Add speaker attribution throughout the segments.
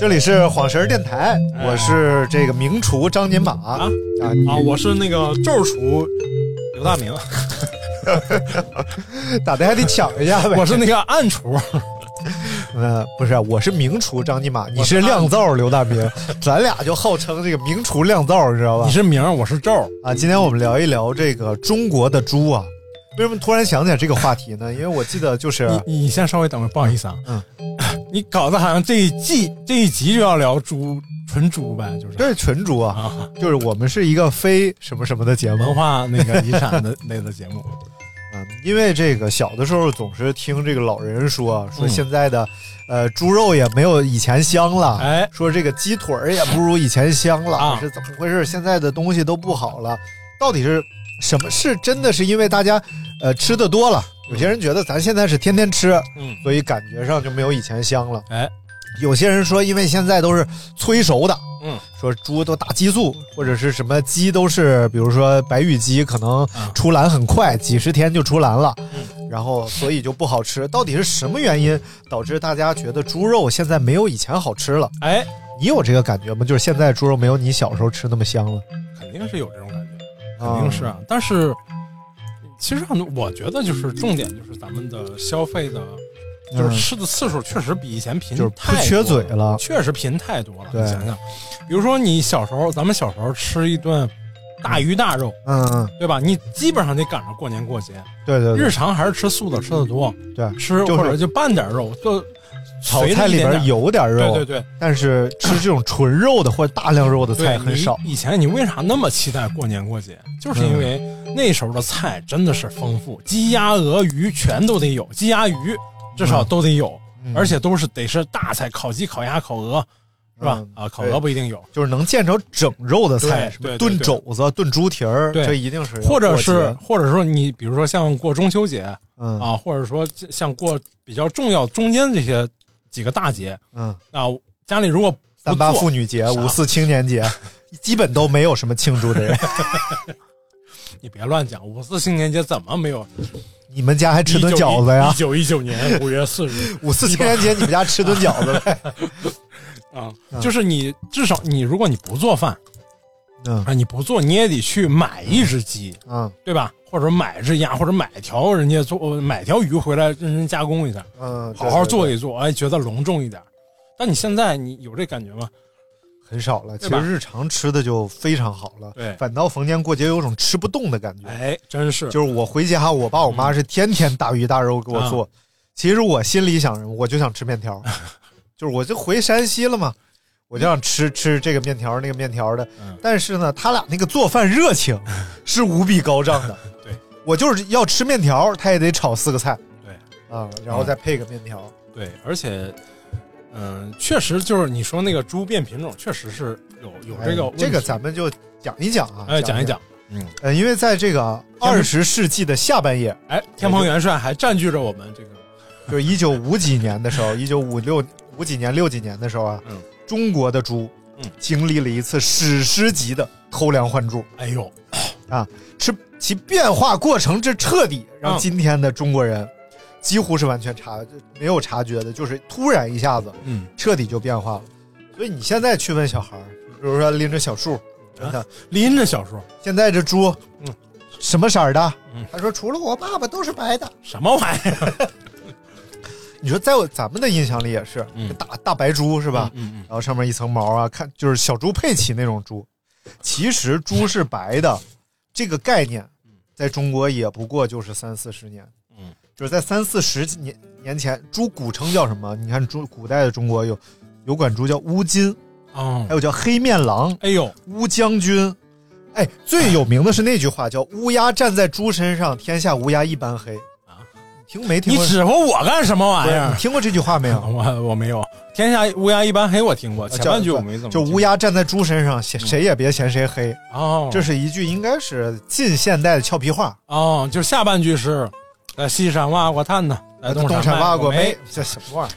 Speaker 1: 这里是晃神儿电台，我是这个名厨张金马啊
Speaker 2: 哎啊，我是那个咒厨刘大明，
Speaker 1: 打的还得抢一下 呗。
Speaker 2: 我是那个暗 厨，
Speaker 1: 嗯，不是，我是名厨张金马，你是酿造刘大明， 咱俩就号称这个名厨酿造，你知道吧
Speaker 2: 你？是名儿，我是咒，
Speaker 1: 啊，今天我们聊一聊这个中国的猪啊。为什么突然想起来这个话题呢？因为我记得就是
Speaker 2: 你你先稍微等会儿，不好意思啊，
Speaker 1: 嗯，
Speaker 2: 你搞得好像这一季这一集就要聊猪，纯猪呗，就是
Speaker 1: 这是纯猪啊，
Speaker 2: 啊，
Speaker 1: 就是我们是一个非什么什么的节目
Speaker 2: 文化那个遗产的类的节目，
Speaker 1: 嗯，因为这个小的时候总是听这个老人说，
Speaker 2: 嗯
Speaker 1: 说现在的、呃猪肉也没有以前香了，
Speaker 2: 哎，
Speaker 1: 说这个鸡腿儿也不如以前香了，
Speaker 2: 啊
Speaker 1: 是怎么回事？现在的东西都不好了，到底是什么？是真的是因为大家呃吃的多了？有些人觉得咱现在是天天吃，
Speaker 2: 嗯，
Speaker 1: 所以感觉上就没有以前香了。
Speaker 2: 哎，
Speaker 1: 有些人说，因为现在都是催熟的，
Speaker 2: 嗯，
Speaker 1: 说猪都打激素，或者是什么鸡都是，比如说白羽鸡可能
Speaker 2: 啊
Speaker 1: 出栏很快，几十天就出栏了，
Speaker 2: 嗯
Speaker 1: 然后所以就不好吃。到底是什么原因导致大家觉得猪肉现在没有以前好吃了？
Speaker 2: 哎，
Speaker 1: 你有这个感觉吗？就是现在猪肉没有你小时候吃那么香了，
Speaker 2: 肯定是有这种感觉，
Speaker 1: 啊
Speaker 2: 肯定是啊，但是其实很多我觉得就是重点就是咱们的消费的，
Speaker 1: 嗯
Speaker 2: 就是吃的次数确实比以前频
Speaker 1: 就是不
Speaker 2: 太
Speaker 1: 缺
Speaker 2: 多
Speaker 1: 嘴了，
Speaker 2: 确实贫太多了。
Speaker 1: 对
Speaker 2: 你想想，比如说你小时候，咱们小时候吃一顿大鱼大肉，
Speaker 1: 嗯嗯，
Speaker 2: 对吧？你基本上得赶上过年过节，
Speaker 1: 对对
Speaker 2: 日
Speaker 1: 对
Speaker 2: 常还是吃素的吃的多，
Speaker 1: 对，
Speaker 2: 吃
Speaker 1: 就是
Speaker 2: 或者就拌点肉，就
Speaker 1: 炒
Speaker 2: 随着
Speaker 1: 菜
Speaker 2: 一
Speaker 1: 里
Speaker 2: 点
Speaker 1: 边
Speaker 2: 点。
Speaker 1: 有点肉，
Speaker 2: 对对
Speaker 1: 但是吃这种纯肉的或者大量肉的
Speaker 2: 对，
Speaker 1: 菜
Speaker 2: 对
Speaker 1: 很少。
Speaker 2: 你以前你为啥那么期待过年过节？就是因为
Speaker 1: 嗯
Speaker 2: 那时候的菜真的是丰富，鸡鸭鹅鱼全都得有，鸡鸭鱼至少都得有，
Speaker 1: 嗯
Speaker 2: 而且都是得是大菜，烤鸡、烤鸭、烤鹅，是吧？
Speaker 1: 嗯
Speaker 2: 啊，烤
Speaker 1: 对
Speaker 2: 鹅不一定有，
Speaker 1: 就是能见着整肉的菜，
Speaker 2: 对
Speaker 1: 什么
Speaker 2: 对对
Speaker 1: 炖
Speaker 2: 对
Speaker 1: 肘子、炖猪蹄儿，
Speaker 2: 对
Speaker 1: 这一定是
Speaker 2: 或者
Speaker 1: 过
Speaker 2: 是啊
Speaker 1: 节
Speaker 2: 或者说你比如说像过中秋节
Speaker 1: 嗯
Speaker 2: 啊，或者说像过比较重要中间这些几个大节
Speaker 1: 嗯，
Speaker 2: 啊，家里如果不
Speaker 1: 三八妇
Speaker 2: 做，啊
Speaker 1: 女节、
Speaker 2: 啥
Speaker 1: 五四青年节，基本都没有什么庆祝的人。
Speaker 2: 你别乱讲，五四青年节怎么没有？
Speaker 1: 你们家还 吃顿饺子呀
Speaker 2: 一？九一九年五月四日
Speaker 1: 五四青年节你们家吃顿饺子呗？
Speaker 2: 啊，就是你至少你如果你不做饭
Speaker 1: 嗯
Speaker 2: 啊，你不做你也得去买一只鸡，
Speaker 1: 嗯
Speaker 2: 对吧？或者买只鸭，或者买条人家做呃买条鱼回来认真加工一下，
Speaker 1: 嗯，对
Speaker 2: 好好
Speaker 1: 对
Speaker 2: 做
Speaker 1: 对
Speaker 2: 一做，哎，觉得隆重一点。但你现在你有这感觉吗？
Speaker 1: 很少了。
Speaker 2: 对
Speaker 1: 其实
Speaker 2: 吧
Speaker 1: 日常吃的就非常好了，
Speaker 2: 对
Speaker 1: 反倒逢年过节有种吃不动的感觉。
Speaker 2: 哎，真 是
Speaker 1: 就是我回家，我爸我妈是天天大鱼大肉给我做。
Speaker 2: 嗯
Speaker 1: 其实我心里想，我就想吃 面条，就是我就回山西了嘛，我就想吃吃这个面条那个面条的。
Speaker 2: 嗯
Speaker 1: 但是呢，他俩那个做饭 热情是无比高涨的。
Speaker 2: 对，
Speaker 1: 我就是要吃面条，他也得炒四个菜。
Speaker 2: 对
Speaker 1: 啊，然后再配个面条。
Speaker 2: 对，而且，嗯、确实就是你说那个猪变品种，确实是有嗯有这个、
Speaker 1: 哎这个咱们就讲一讲啊，
Speaker 2: 哎讲一
Speaker 1: 一。
Speaker 2: 讲，嗯，
Speaker 1: 呃，因为在这个
Speaker 2: 咱
Speaker 1: 二
Speaker 2: 们
Speaker 1: 十世纪的下半叶，
Speaker 2: 哎，天蓬元帅还占据着我们这个，
Speaker 1: 就是一九五几年的 时候，一九五六五几年六几年的时候啊，
Speaker 2: 嗯
Speaker 1: 中国的猪，
Speaker 2: 嗯
Speaker 1: 经历了一次史诗级的偷梁换柱，
Speaker 2: 哎呦，
Speaker 1: 是其变化过程之彻底，让
Speaker 2: 嗯
Speaker 1: 今天的中国人几乎是完全察没有察觉的，就是突然一下子
Speaker 2: 嗯，
Speaker 1: 彻底就变化了。所以你现在去问小孩儿，比如说拎着小树，真的，
Speaker 2: 拎着小叔，
Speaker 1: 现在这猪，
Speaker 2: 嗯
Speaker 1: 什么色儿的？
Speaker 2: 嗯
Speaker 1: 他说除了我爸爸都是白的。
Speaker 2: 什么玩意儿？
Speaker 1: 你说在我咱们的印象里也是，
Speaker 2: 嗯
Speaker 1: 大大白猪是吧？
Speaker 2: 嗯嗯，
Speaker 1: 然后上面一层毛啊，看就是小猪佩奇那种猪。其实猪是白的，这个概念在中国也不过就是三四十年，
Speaker 2: 嗯，
Speaker 1: 就是在三四十年年前，猪古称叫什么？你看猪古代的中国有有管猪叫乌金，
Speaker 2: 哦
Speaker 1: 还，有叫黑面狼、
Speaker 2: 哎呦，
Speaker 1: 乌将军。哎，最有名的是那句话，叫“乌鸦站在猪身上，天下乌鸦一般黑”。
Speaker 2: 啊
Speaker 1: 啊，听没听
Speaker 2: 你
Speaker 1: 过？
Speaker 2: 指挥我干什么玩意
Speaker 1: 对
Speaker 2: 儿
Speaker 1: 你？听过这句话没有？
Speaker 2: 我我没有，天下乌鸦一般黑，我听过，前
Speaker 1: 叫
Speaker 2: 半句我没怎么
Speaker 1: 就
Speaker 2: 听过。嗯
Speaker 1: 乌鸦站在猪身上，谁谁也别嫌谁黑。
Speaker 2: 哦，
Speaker 1: 这是一句应该是近现代的俏皮话。
Speaker 2: 哦，就下半句是，在西山挖过炭呢，在
Speaker 1: 呃东
Speaker 2: 山哎
Speaker 1: 山挖过
Speaker 2: 煤
Speaker 1: 煤，，这什么玩意儿？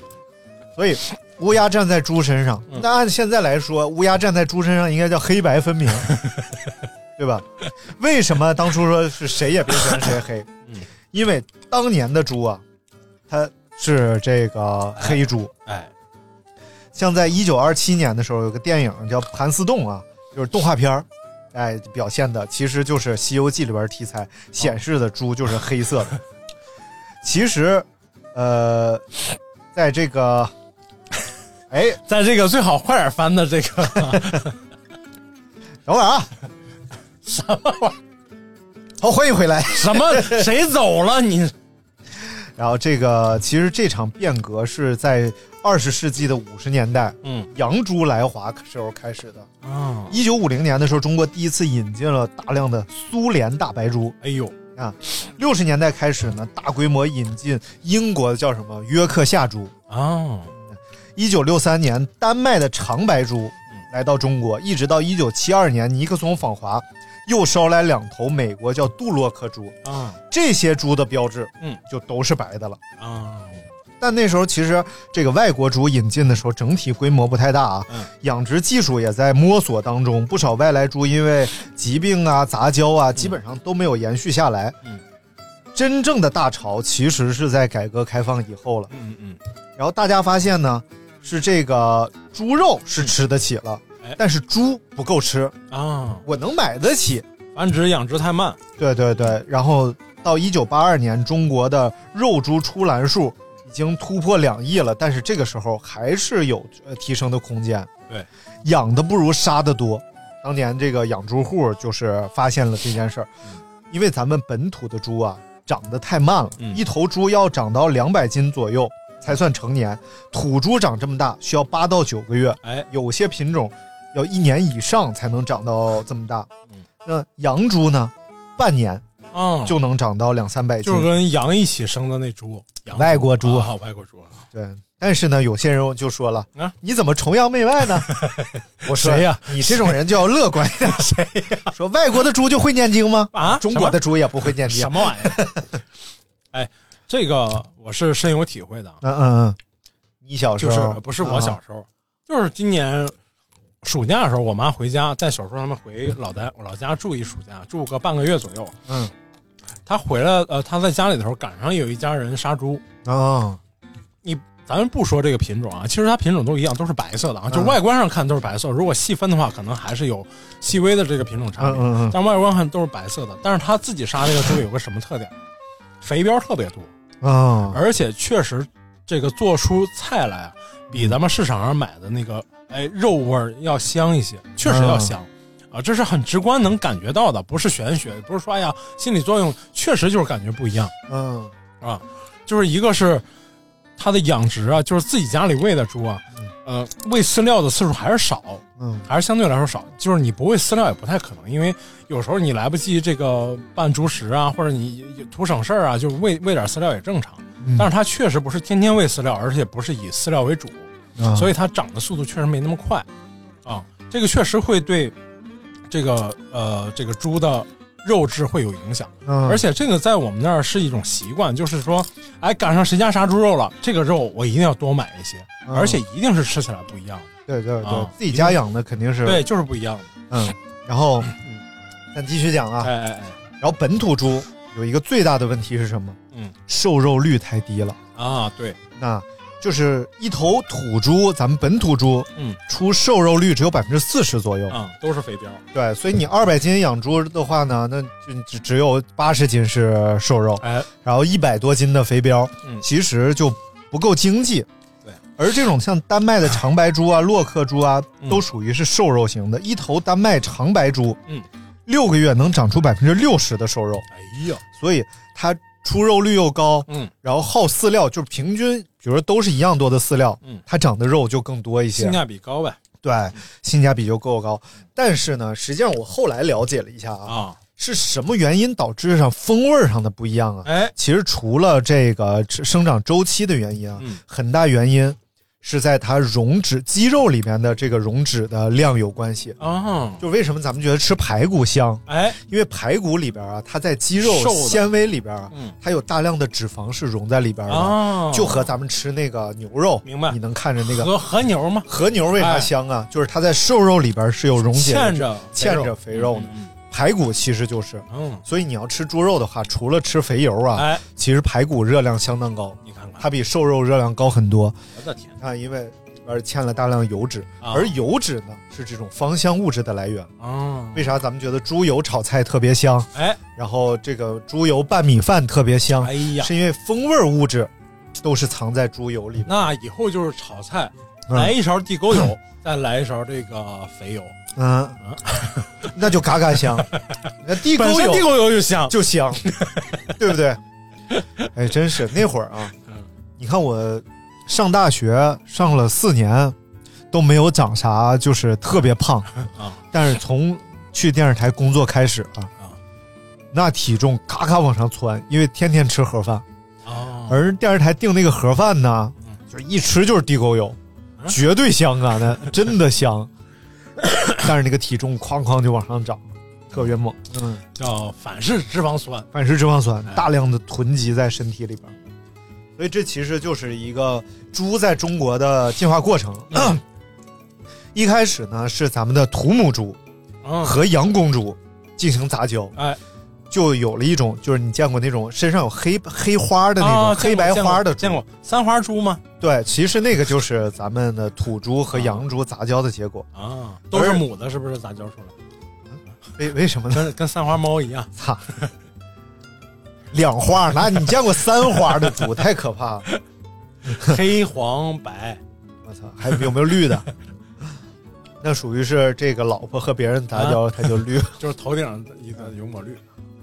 Speaker 1: 所以乌鸦站在猪身上，
Speaker 2: 嗯
Speaker 1: 那按现在来说，乌鸦站在猪身上应该叫黑 白分明，对吧？为什么当初说是谁也别嫌谁黑？
Speaker 2: 嗯
Speaker 1: 因为当年的猪啊，它是这个黑猪。
Speaker 2: 哎，
Speaker 1: 像在一九二七年的时候，有个电影叫《盘丝洞》啊，就是动画片儿，哎，表现的其实就是《西游记》里边题材显示的猪就是黑色 的。其实，呃，在这个，哎，
Speaker 2: 在这个最好快点翻的这 个
Speaker 1: 等会儿啊，
Speaker 2: 什么玩意儿
Speaker 1: 好，欢迎回来。
Speaker 2: 什么谁走了你
Speaker 1: 然后这个其实这场变革是在二十世纪的五十年代，
Speaker 2: 嗯，
Speaker 1: 洋猪来华时候开始的。
Speaker 2: 啊，
Speaker 1: 一九五零年的时候，中国第一次引进了大量的苏联大白猪。
Speaker 2: 哎呦，
Speaker 1: 六十年代开始呢，大规模引进英国的叫什么约克夏猪。
Speaker 2: 啊，
Speaker 1: 一九六三年，丹麦的长白猪来到中国，一直到一九七二年尼克松访华，又捎来两头美国叫杜洛克猪。
Speaker 2: 啊，
Speaker 1: 这些猪的标志，
Speaker 2: 嗯，
Speaker 1: 就都是白的了。
Speaker 2: 啊，
Speaker 1: 但那时候其实这个外国猪引进的时候，整体规模不太大啊，
Speaker 2: 嗯
Speaker 1: 养殖技术也在摸索当中，不少外来猪因为疾病啊、杂交啊，基本上都没有延续下来。
Speaker 2: 嗯，
Speaker 1: 真正的大潮其实是在改革开放以后了。
Speaker 2: 嗯嗯
Speaker 1: 然后大家发现呢，是这个猪肉是吃得起了，
Speaker 2: 哎
Speaker 1: 但是猪不够吃，
Speaker 2: 嗯啊，
Speaker 1: 我能买得起。
Speaker 2: 繁殖养殖太慢，
Speaker 1: 对对对，然后到一九八二年，中国的肉猪出栏数已经突破两亿了，但是这个时候还是有呃提升的空间。
Speaker 2: 对，
Speaker 1: 养的不如杀的多。当年这个养猪户就是发现了这件事儿，因为咱们本土的猪啊长得太慢了，
Speaker 2: 嗯
Speaker 1: 一头猪要长到两百斤左右才算成年，土猪长这么大需要八到九个月，
Speaker 2: 哎，
Speaker 1: 有些品种要一年以上才能长到这么大
Speaker 2: 嗯。
Speaker 1: 那洋猪呢，半年
Speaker 2: 啊，
Speaker 1: 就能长到两三百斤
Speaker 2: 就是。跟羊一起生的那猪，羊
Speaker 1: 外国猪
Speaker 2: 啊，外国猪，
Speaker 1: 对，但是呢，有些人就说了
Speaker 2: 啊，
Speaker 1: 你怎么崇洋媚外呢？ 我说
Speaker 2: 谁呀
Speaker 1: 你这种人就要乐观 一点。谁呀？说外国的猪就会念经吗？
Speaker 2: 啊
Speaker 1: 中国的猪也不会念经
Speaker 2: 什。么玩意儿？ 哎，这个我是深有体会的啊，
Speaker 1: 嗯嗯嗯，你小时
Speaker 2: 就
Speaker 1: 候啊
Speaker 2: 是不是我小时候，啊就是今年暑假的时候，我妈回家带小叔他们回老家老家住一暑假，住个半个月左右。
Speaker 1: 嗯，
Speaker 2: 她回来呃，她在家里头赶上有一家人杀猪，
Speaker 1: 啊啊
Speaker 2: 你咱们不说这个品种啊，其实它品种都一样，都是白色的啊，就
Speaker 1: 嗯
Speaker 2: 外观上看都是白色。如果细分的话，可能还是有细微的这个品种差
Speaker 1: 嗯
Speaker 2: 别，
Speaker 1: 嗯嗯
Speaker 2: 但外观看都是白色的。但是她自己杀这个猪有个什么特点？肥膘特别多。
Speaker 1: 嗯
Speaker 2: 而且确实，这个做出菜来啊，
Speaker 1: 嗯
Speaker 2: 比咱们市场上买的那个哎肉味儿要香一些，确
Speaker 1: 嗯
Speaker 2: 实要香、啊，这是很直观能感觉到的，不是玄学，不是说哎呀心理作用，确实就是感觉不一样
Speaker 1: 嗯
Speaker 2: 啊。就是一个是它的养殖啊，就是自己家里喂的猪啊，呃，喂饲料的次数还是少，
Speaker 1: 嗯
Speaker 2: 还是相对来说少，就是你不喂饲料也不太可能，因为有时候你来不及这个拌猪食啊，或者你图省事儿啊，就喂喂点饲料也正常。但是它确实不是天天喂饲料，而且不是以饲料为主，
Speaker 1: 嗯，
Speaker 2: 所
Speaker 1: 以
Speaker 2: 以它长的速度确实没那么快啊。这个确实会对这个呃这个猪的肉质会有影响，
Speaker 1: 啊嗯
Speaker 2: 而且这个在我们那儿是一种习惯，就是说，哎，赶上谁家杀猪肉了，这个肉我一定要多买一些，
Speaker 1: 嗯
Speaker 2: 而且一定是吃起来不一样的，
Speaker 1: 对对对
Speaker 2: 啊，
Speaker 1: 自己家养的肯定是
Speaker 2: 对，就是不一样的。
Speaker 1: 嗯，然后咱继续讲啊，
Speaker 2: 哎哎
Speaker 1: 然后本土猪有一个最大的问题是什么？
Speaker 2: 嗯，
Speaker 1: 瘦肉率太低了。
Speaker 2: 哎啊，对，
Speaker 1: 那就是一头土猪，咱们本土猪，
Speaker 2: 嗯，
Speaker 1: 出瘦肉率只有百分之四十左右。
Speaker 2: 啊，都是肥膘，
Speaker 1: 对，所以你二百斤养猪的话呢，那就只只有八十斤是瘦肉，
Speaker 2: 哎，
Speaker 1: 然后一百多斤的肥膘，
Speaker 2: 嗯
Speaker 1: 其实就不够经济。
Speaker 2: 对，
Speaker 1: 而这种像丹麦的长白猪啊、洛克猪啊，
Speaker 2: 嗯
Speaker 1: 都属于是瘦肉型的。一头丹麦长白猪，
Speaker 2: 嗯，
Speaker 1: 六个月能长出百分之六十的瘦肉，
Speaker 2: 哎呀，
Speaker 1: 所以它出肉率又高，
Speaker 2: 嗯，
Speaker 1: 然后耗饲料就是平均，比如说都是一样多的饲料，
Speaker 2: 嗯
Speaker 1: 它长的肉就更多一些，
Speaker 2: 性价比高呗
Speaker 1: 对，性价比就够高。但是呢，实际上我后来了解了一下啊，
Speaker 2: 啊，
Speaker 1: 是什么原因导致上风味儿上的不一样啊？
Speaker 2: 哎，
Speaker 1: 其实除了这个生长周期的原因啊，
Speaker 2: 嗯
Speaker 1: 很大原因是在它溶脂肌肉里面的这个溶脂的量有关系。
Speaker 2: 啊，
Speaker 1: 就为什么咱们觉得吃排骨香？
Speaker 2: 哎，
Speaker 1: 因为排骨里边啊，它在肌肉
Speaker 2: 瘦的
Speaker 1: 纤维里边啊，
Speaker 2: 嗯
Speaker 1: 它有大量的脂肪是溶在里边的，
Speaker 2: 啊，
Speaker 1: 就和咱们吃那个牛肉，
Speaker 2: 明白
Speaker 1: 你能看着那个
Speaker 2: 和和牛嘛，
Speaker 1: 和牛为啥
Speaker 2: 哎
Speaker 1: 香啊？就是它在瘦肉里边是有溶解的
Speaker 2: 嵌着
Speaker 1: 嵌着肥肉呢，排骨其实就是。
Speaker 2: 嗯，
Speaker 1: 所以你要吃猪肉的话，除了吃肥油啊，
Speaker 2: 哎，啊
Speaker 1: 其实排骨热量相当高，
Speaker 2: 你看看，
Speaker 1: 它比瘦肉热量高很多。
Speaker 2: 我的天，
Speaker 1: 你看，因为里边嵌了大量油脂，
Speaker 2: 啊
Speaker 1: 而油脂呢是这种芳香物质的来源。
Speaker 2: 啊，
Speaker 1: 为啥咱们觉得猪油炒菜特别香，
Speaker 2: 哎，
Speaker 1: 然后这个猪油拌米饭特别香，
Speaker 2: 哎呀，
Speaker 1: 嗯是因为风味物质都是藏在猪油里面。
Speaker 2: 那以后就是炒菜，
Speaker 1: 嗯
Speaker 2: 来一勺地沟油，再来一勺这个肥油，啊
Speaker 1: 嗯，那就嘎嘎香。那地沟
Speaker 2: 本身
Speaker 1: 油
Speaker 2: 地沟油就香，
Speaker 1: 就香， 对不对？哎，真是那会儿啊
Speaker 2: 嗯，
Speaker 1: 你看我上大学上了四年，都没有长啥，就是特别胖
Speaker 2: 啊。
Speaker 1: 但是从去电视台工作开始啊，
Speaker 2: 啊
Speaker 1: 那体重嘎嘎往上窜，因为天天吃盒饭，
Speaker 2: 啊，
Speaker 1: 而电视台订那个盒饭呢
Speaker 2: 嗯，
Speaker 1: 就是一吃就是地沟油，
Speaker 2: 啊
Speaker 1: 绝对香啊，那真的香。 但是那个体重哐哐就往上涨，特别猛。嗯。
Speaker 2: 叫反式脂肪酸，
Speaker 1: 反式脂肪酸
Speaker 2: 哎
Speaker 1: 大量的囤积在身体里边儿，所以这其实就是一个猪在中国的进化过程。
Speaker 2: 嗯
Speaker 1: 一开始呢是咱们的土母猪
Speaker 2: 嗯，
Speaker 1: 和洋公猪进行杂交，
Speaker 2: 哎，
Speaker 1: 就有了一种就是你见过那种身上有黑黑花的那种、
Speaker 2: 啊
Speaker 1: 黑白花的猪
Speaker 2: 见过见过三花猪吗？
Speaker 1: 对，其实那个就是咱们的土猪和洋猪杂交的结果。
Speaker 2: 啊，都是母的，是不是杂交出来？嗯
Speaker 1: 为为什么呢？
Speaker 2: 跟跟三花猫一 样，
Speaker 1: 操，两花儿，那你见过三花的 猪太可怕了。
Speaker 2: 黑黄白，
Speaker 1: 我操，还有没有绿 的？那属于是这个老婆和别人杂
Speaker 2: 啊
Speaker 1: 交，它就绿。
Speaker 2: 就是头顶的一个油抹绿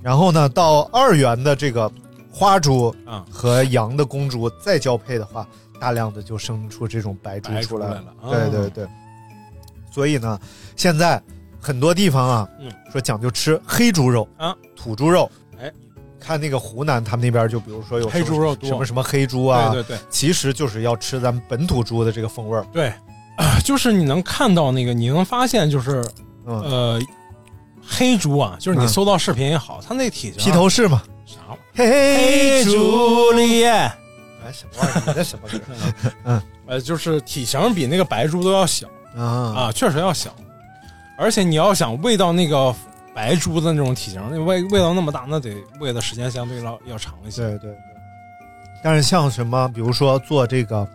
Speaker 1: 然后呢，到二元的这个花猪
Speaker 2: 啊，
Speaker 1: 和羊的公猪再交配的话，大量的就生出这种白 猪
Speaker 2: 白
Speaker 1: 出
Speaker 2: 出
Speaker 1: 来
Speaker 2: 来
Speaker 1: 了。
Speaker 2: 了，
Speaker 1: 对
Speaker 2: 啊
Speaker 1: 对，对。所以呢，现在很多地方啊，
Speaker 2: 嗯
Speaker 1: 说讲究吃黑猪肉
Speaker 2: 啊，
Speaker 1: 土猪肉。
Speaker 2: 哎，
Speaker 1: 看那个湖南他们那边，就比如说有
Speaker 2: 黑猪肉多
Speaker 1: 什么什么黑猪啊，
Speaker 2: 对对对
Speaker 1: 其实就是要吃咱们本土猪的这个风味儿。
Speaker 2: 对，啊就是你能看到那个，你能发现就是
Speaker 1: 嗯，
Speaker 2: 呃，黑猪啊，就是你
Speaker 1: 嗯
Speaker 2: 搜到视频也好，它那体型啊
Speaker 1: 披头士嘛。
Speaker 2: 啥玩意儿
Speaker 1: 嘿
Speaker 2: 黑朱丽叶，
Speaker 1: 哎，什么玩意儿？你那什么歌
Speaker 2: 呃，就是体型比那个白猪都要小
Speaker 1: 啊？
Speaker 2: 啊，确实要小，而且你要想喂到那个白猪的那种体型，那喂喂到那么大，那得喂的时间相对要要长一些。
Speaker 1: 对对对。但是像什么，比如说做这个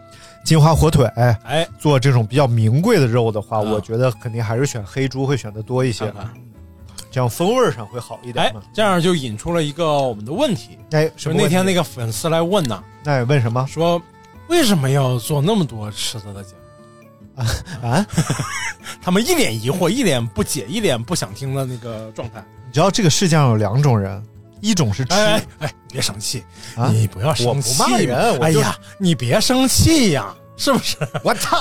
Speaker 1: 金华火腿，
Speaker 2: 哎，
Speaker 1: 做这种比较名贵的肉的话，
Speaker 2: 啊
Speaker 1: 我觉得肯定还是选黑猪会选的多一些，
Speaker 2: 看看
Speaker 1: 这样风味上会好一点
Speaker 2: 哎
Speaker 1: 嘛。，
Speaker 2: 这样就引出了一个我们的问题，
Speaker 1: 哎，
Speaker 2: 就
Speaker 1: 什
Speaker 2: 是
Speaker 1: 么
Speaker 2: 那天那
Speaker 1: 个，
Speaker 2: 个粉丝来问呐，
Speaker 1: 那问什么
Speaker 2: 说为什么要做那么多吃的的节目？
Speaker 1: 啊？
Speaker 2: 他们一脸疑惑，一脸不解，一脸不想听的那个状态。
Speaker 1: 你知道这个世界上有两种人，一种是吃，
Speaker 2: 哎哎哎，别生气，
Speaker 1: 啊
Speaker 2: 你不要生气嘛，
Speaker 1: 我不骂人我
Speaker 2: 哎
Speaker 1: 就
Speaker 2: 呀，你别生气呀，是不是？
Speaker 1: 我操！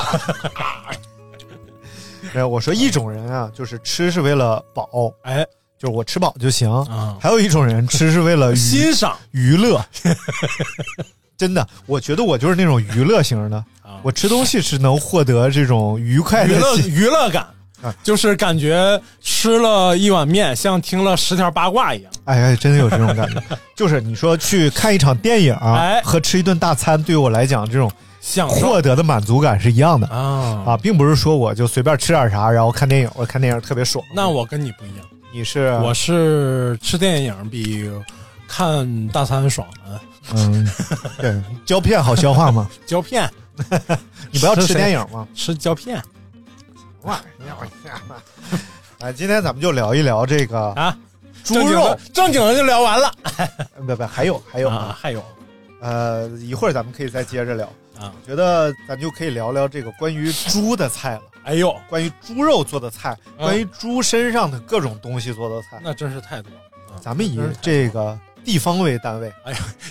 Speaker 1: 哎，我说一种人啊，就是吃是为了饱，
Speaker 2: 哎
Speaker 1: 就是我吃饱就行；
Speaker 2: 啊，
Speaker 1: 还有一种人吃是 为了娱
Speaker 2: 欣赏
Speaker 1: 娱乐。 真的，我觉得我就是那种娱乐型的，
Speaker 2: 啊，
Speaker 1: 我吃东西是能获得这种愉快
Speaker 2: 娱
Speaker 1: 的
Speaker 2: 乐
Speaker 1: 心
Speaker 2: 娱乐感
Speaker 1: 啊，
Speaker 2: 就是感觉吃了一碗面，像听了十条八卦一样。
Speaker 1: 哎哎，真的有这种感觉， 就是你说去看一场电影、啊
Speaker 2: 哎
Speaker 1: 和吃一顿大餐，对我来讲，这种
Speaker 2: 享受
Speaker 1: 获得的满足感是一样的
Speaker 2: 啊
Speaker 1: 啊，并不是说我就随便吃点啥，然后看电影，我看电影特别爽。
Speaker 2: 那我跟你不一样，
Speaker 1: 你是
Speaker 2: 我是吃电影比看大餐爽的。
Speaker 1: 嗯，对，胶片好消化吗？
Speaker 2: 胶片，
Speaker 1: 你不要
Speaker 2: 是
Speaker 1: 吃
Speaker 2: 谁
Speaker 1: 电影吗？
Speaker 2: 吃胶片
Speaker 1: 哎，今天咱们就聊一聊这个
Speaker 2: 啊，
Speaker 1: 猪
Speaker 2: 正经
Speaker 1: 肉哎
Speaker 2: 的，正经的就聊完了。
Speaker 1: 不不，还有还有
Speaker 2: 啊，还有
Speaker 1: 呃，一会儿咱们可以再接着聊。
Speaker 2: 嗯
Speaker 1: 觉得咱就可以聊聊这个关于猪的菜了，
Speaker 2: 哎呦，
Speaker 1: 关于猪肉做的菜，
Speaker 2: 嗯
Speaker 1: 关于猪身上的各种东西做的菜。
Speaker 2: 那真是太多了。嗯
Speaker 1: 咱们以
Speaker 2: 真是太多
Speaker 1: 这个地方为单位，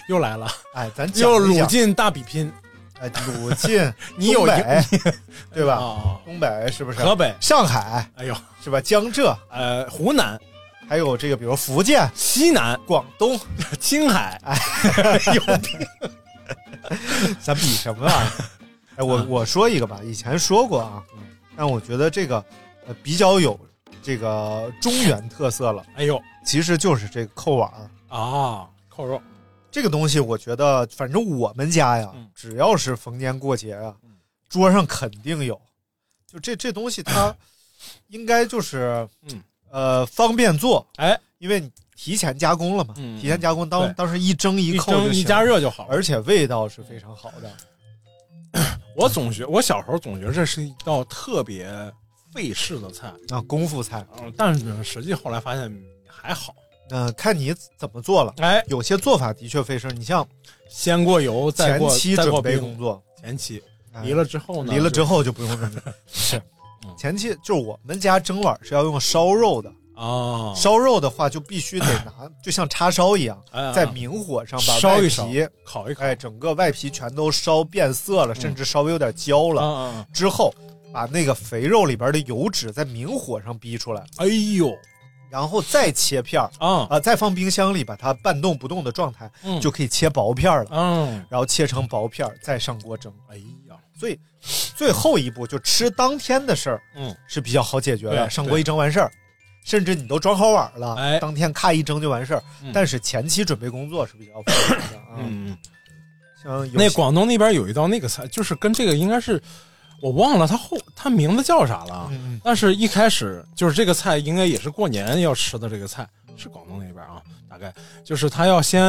Speaker 2: 又来了，
Speaker 1: 哎，咱
Speaker 2: 又
Speaker 1: 讲一
Speaker 2: 鲁
Speaker 1: 讲，
Speaker 2: 进大比拼，
Speaker 1: 哎，鲁晋，
Speaker 2: 你有
Speaker 1: 东
Speaker 2: 一
Speaker 1: 北，对吧？
Speaker 2: 啊，
Speaker 1: 东北是不是？
Speaker 2: 河北，
Speaker 1: 上海
Speaker 2: 哎呦，
Speaker 1: 是吧？江浙，
Speaker 2: 呃，湖南、
Speaker 1: 还有这个，比如福建、
Speaker 2: 西南、
Speaker 1: 广东，
Speaker 2: 青海，
Speaker 1: 哎
Speaker 2: 有病
Speaker 1: 咱比什么啊？ 哎，
Speaker 2: 嗯
Speaker 1: 我我说一个吧，以前说过啊，但我觉得这个呃比较有这个中 原特色了，
Speaker 2: 哎呦
Speaker 1: 其实就是这个扣碗儿。
Speaker 2: 啊，扣肉，
Speaker 1: 这个东西，我觉得反正我们家呀，
Speaker 2: 嗯
Speaker 1: 只要是逢年过节啊，桌上肯定有。就这这东西， 它应该就是，
Speaker 2: 嗯
Speaker 1: 呃，方便做，
Speaker 2: 哎，
Speaker 1: 因为你提前加工了嘛，
Speaker 2: 嗯
Speaker 1: 提前加工当
Speaker 2: 对
Speaker 1: 当时一蒸一
Speaker 2: 一
Speaker 1: 扣就
Speaker 2: 蒸一
Speaker 1: 行
Speaker 2: 加，热嗯就好了。
Speaker 1: 而且味道是非常好的。
Speaker 2: 我总觉，我小时候总觉得这是一道特别费事的菜，
Speaker 1: 啊，功夫菜，
Speaker 2: 嗯但是实际后来发现还好。
Speaker 1: 嗯、看你怎么做了。
Speaker 2: 哎，
Speaker 1: 有些做法的确费事儿，你像
Speaker 2: 先过油，再
Speaker 1: 前
Speaker 2: 过
Speaker 1: 期
Speaker 2: 再过
Speaker 1: 准备
Speaker 2: 冰
Speaker 1: 工，作，
Speaker 2: 前期
Speaker 1: 哎
Speaker 2: 离了之后呢？
Speaker 1: 离了之
Speaker 2: 后
Speaker 1: 后就不用准备。 是
Speaker 2: 嗯，
Speaker 1: 前期就是我们家蒸碗是要用烧肉的，
Speaker 2: 啊，
Speaker 1: 烧肉的话就必须得拿，就像叉烧一样，
Speaker 2: 哎
Speaker 1: 在
Speaker 2: 啊
Speaker 1: 明火上把
Speaker 2: 烧
Speaker 1: 外
Speaker 2: 一烧
Speaker 1: 皮，
Speaker 2: 烤一烤
Speaker 1: 哎，整个外皮全都烧变色了，
Speaker 2: 嗯
Speaker 1: 甚至稍微有点焦
Speaker 2: 啊
Speaker 1: 了
Speaker 2: 啊！啊
Speaker 1: 之后，把那个肥肉里边的油脂在明火上逼出来，
Speaker 2: 哎呦
Speaker 1: 然后再切片儿，
Speaker 2: 啊，
Speaker 1: 啊，再放冰箱里把它半冻不冻的状态，
Speaker 2: 嗯
Speaker 1: 就可以切薄片儿了，
Speaker 2: 嗯，
Speaker 1: 然后切成薄片儿再上锅蒸。
Speaker 2: 哎呀，
Speaker 1: 所以最后一步就吃当天的事儿
Speaker 2: 嗯，
Speaker 1: 是比较好解决的，
Speaker 2: 对啊
Speaker 1: 上锅一蒸完事儿，甚至你都装好碗了，
Speaker 2: 哎
Speaker 1: 当天咔一蒸就完事儿。
Speaker 2: 嗯
Speaker 1: 但是前期准备工作是比较复杂的 啊。
Speaker 2: 嗯，
Speaker 1: 像有
Speaker 2: 那
Speaker 1: 些
Speaker 2: 广东那边有一道那个菜，就是跟这个应该是我忘了它后它名字叫啥了，啊
Speaker 1: 嗯嗯
Speaker 2: 但是一开始就是这个菜应该也是过年要吃的这个菜，是广东那边啊，大概就是他要先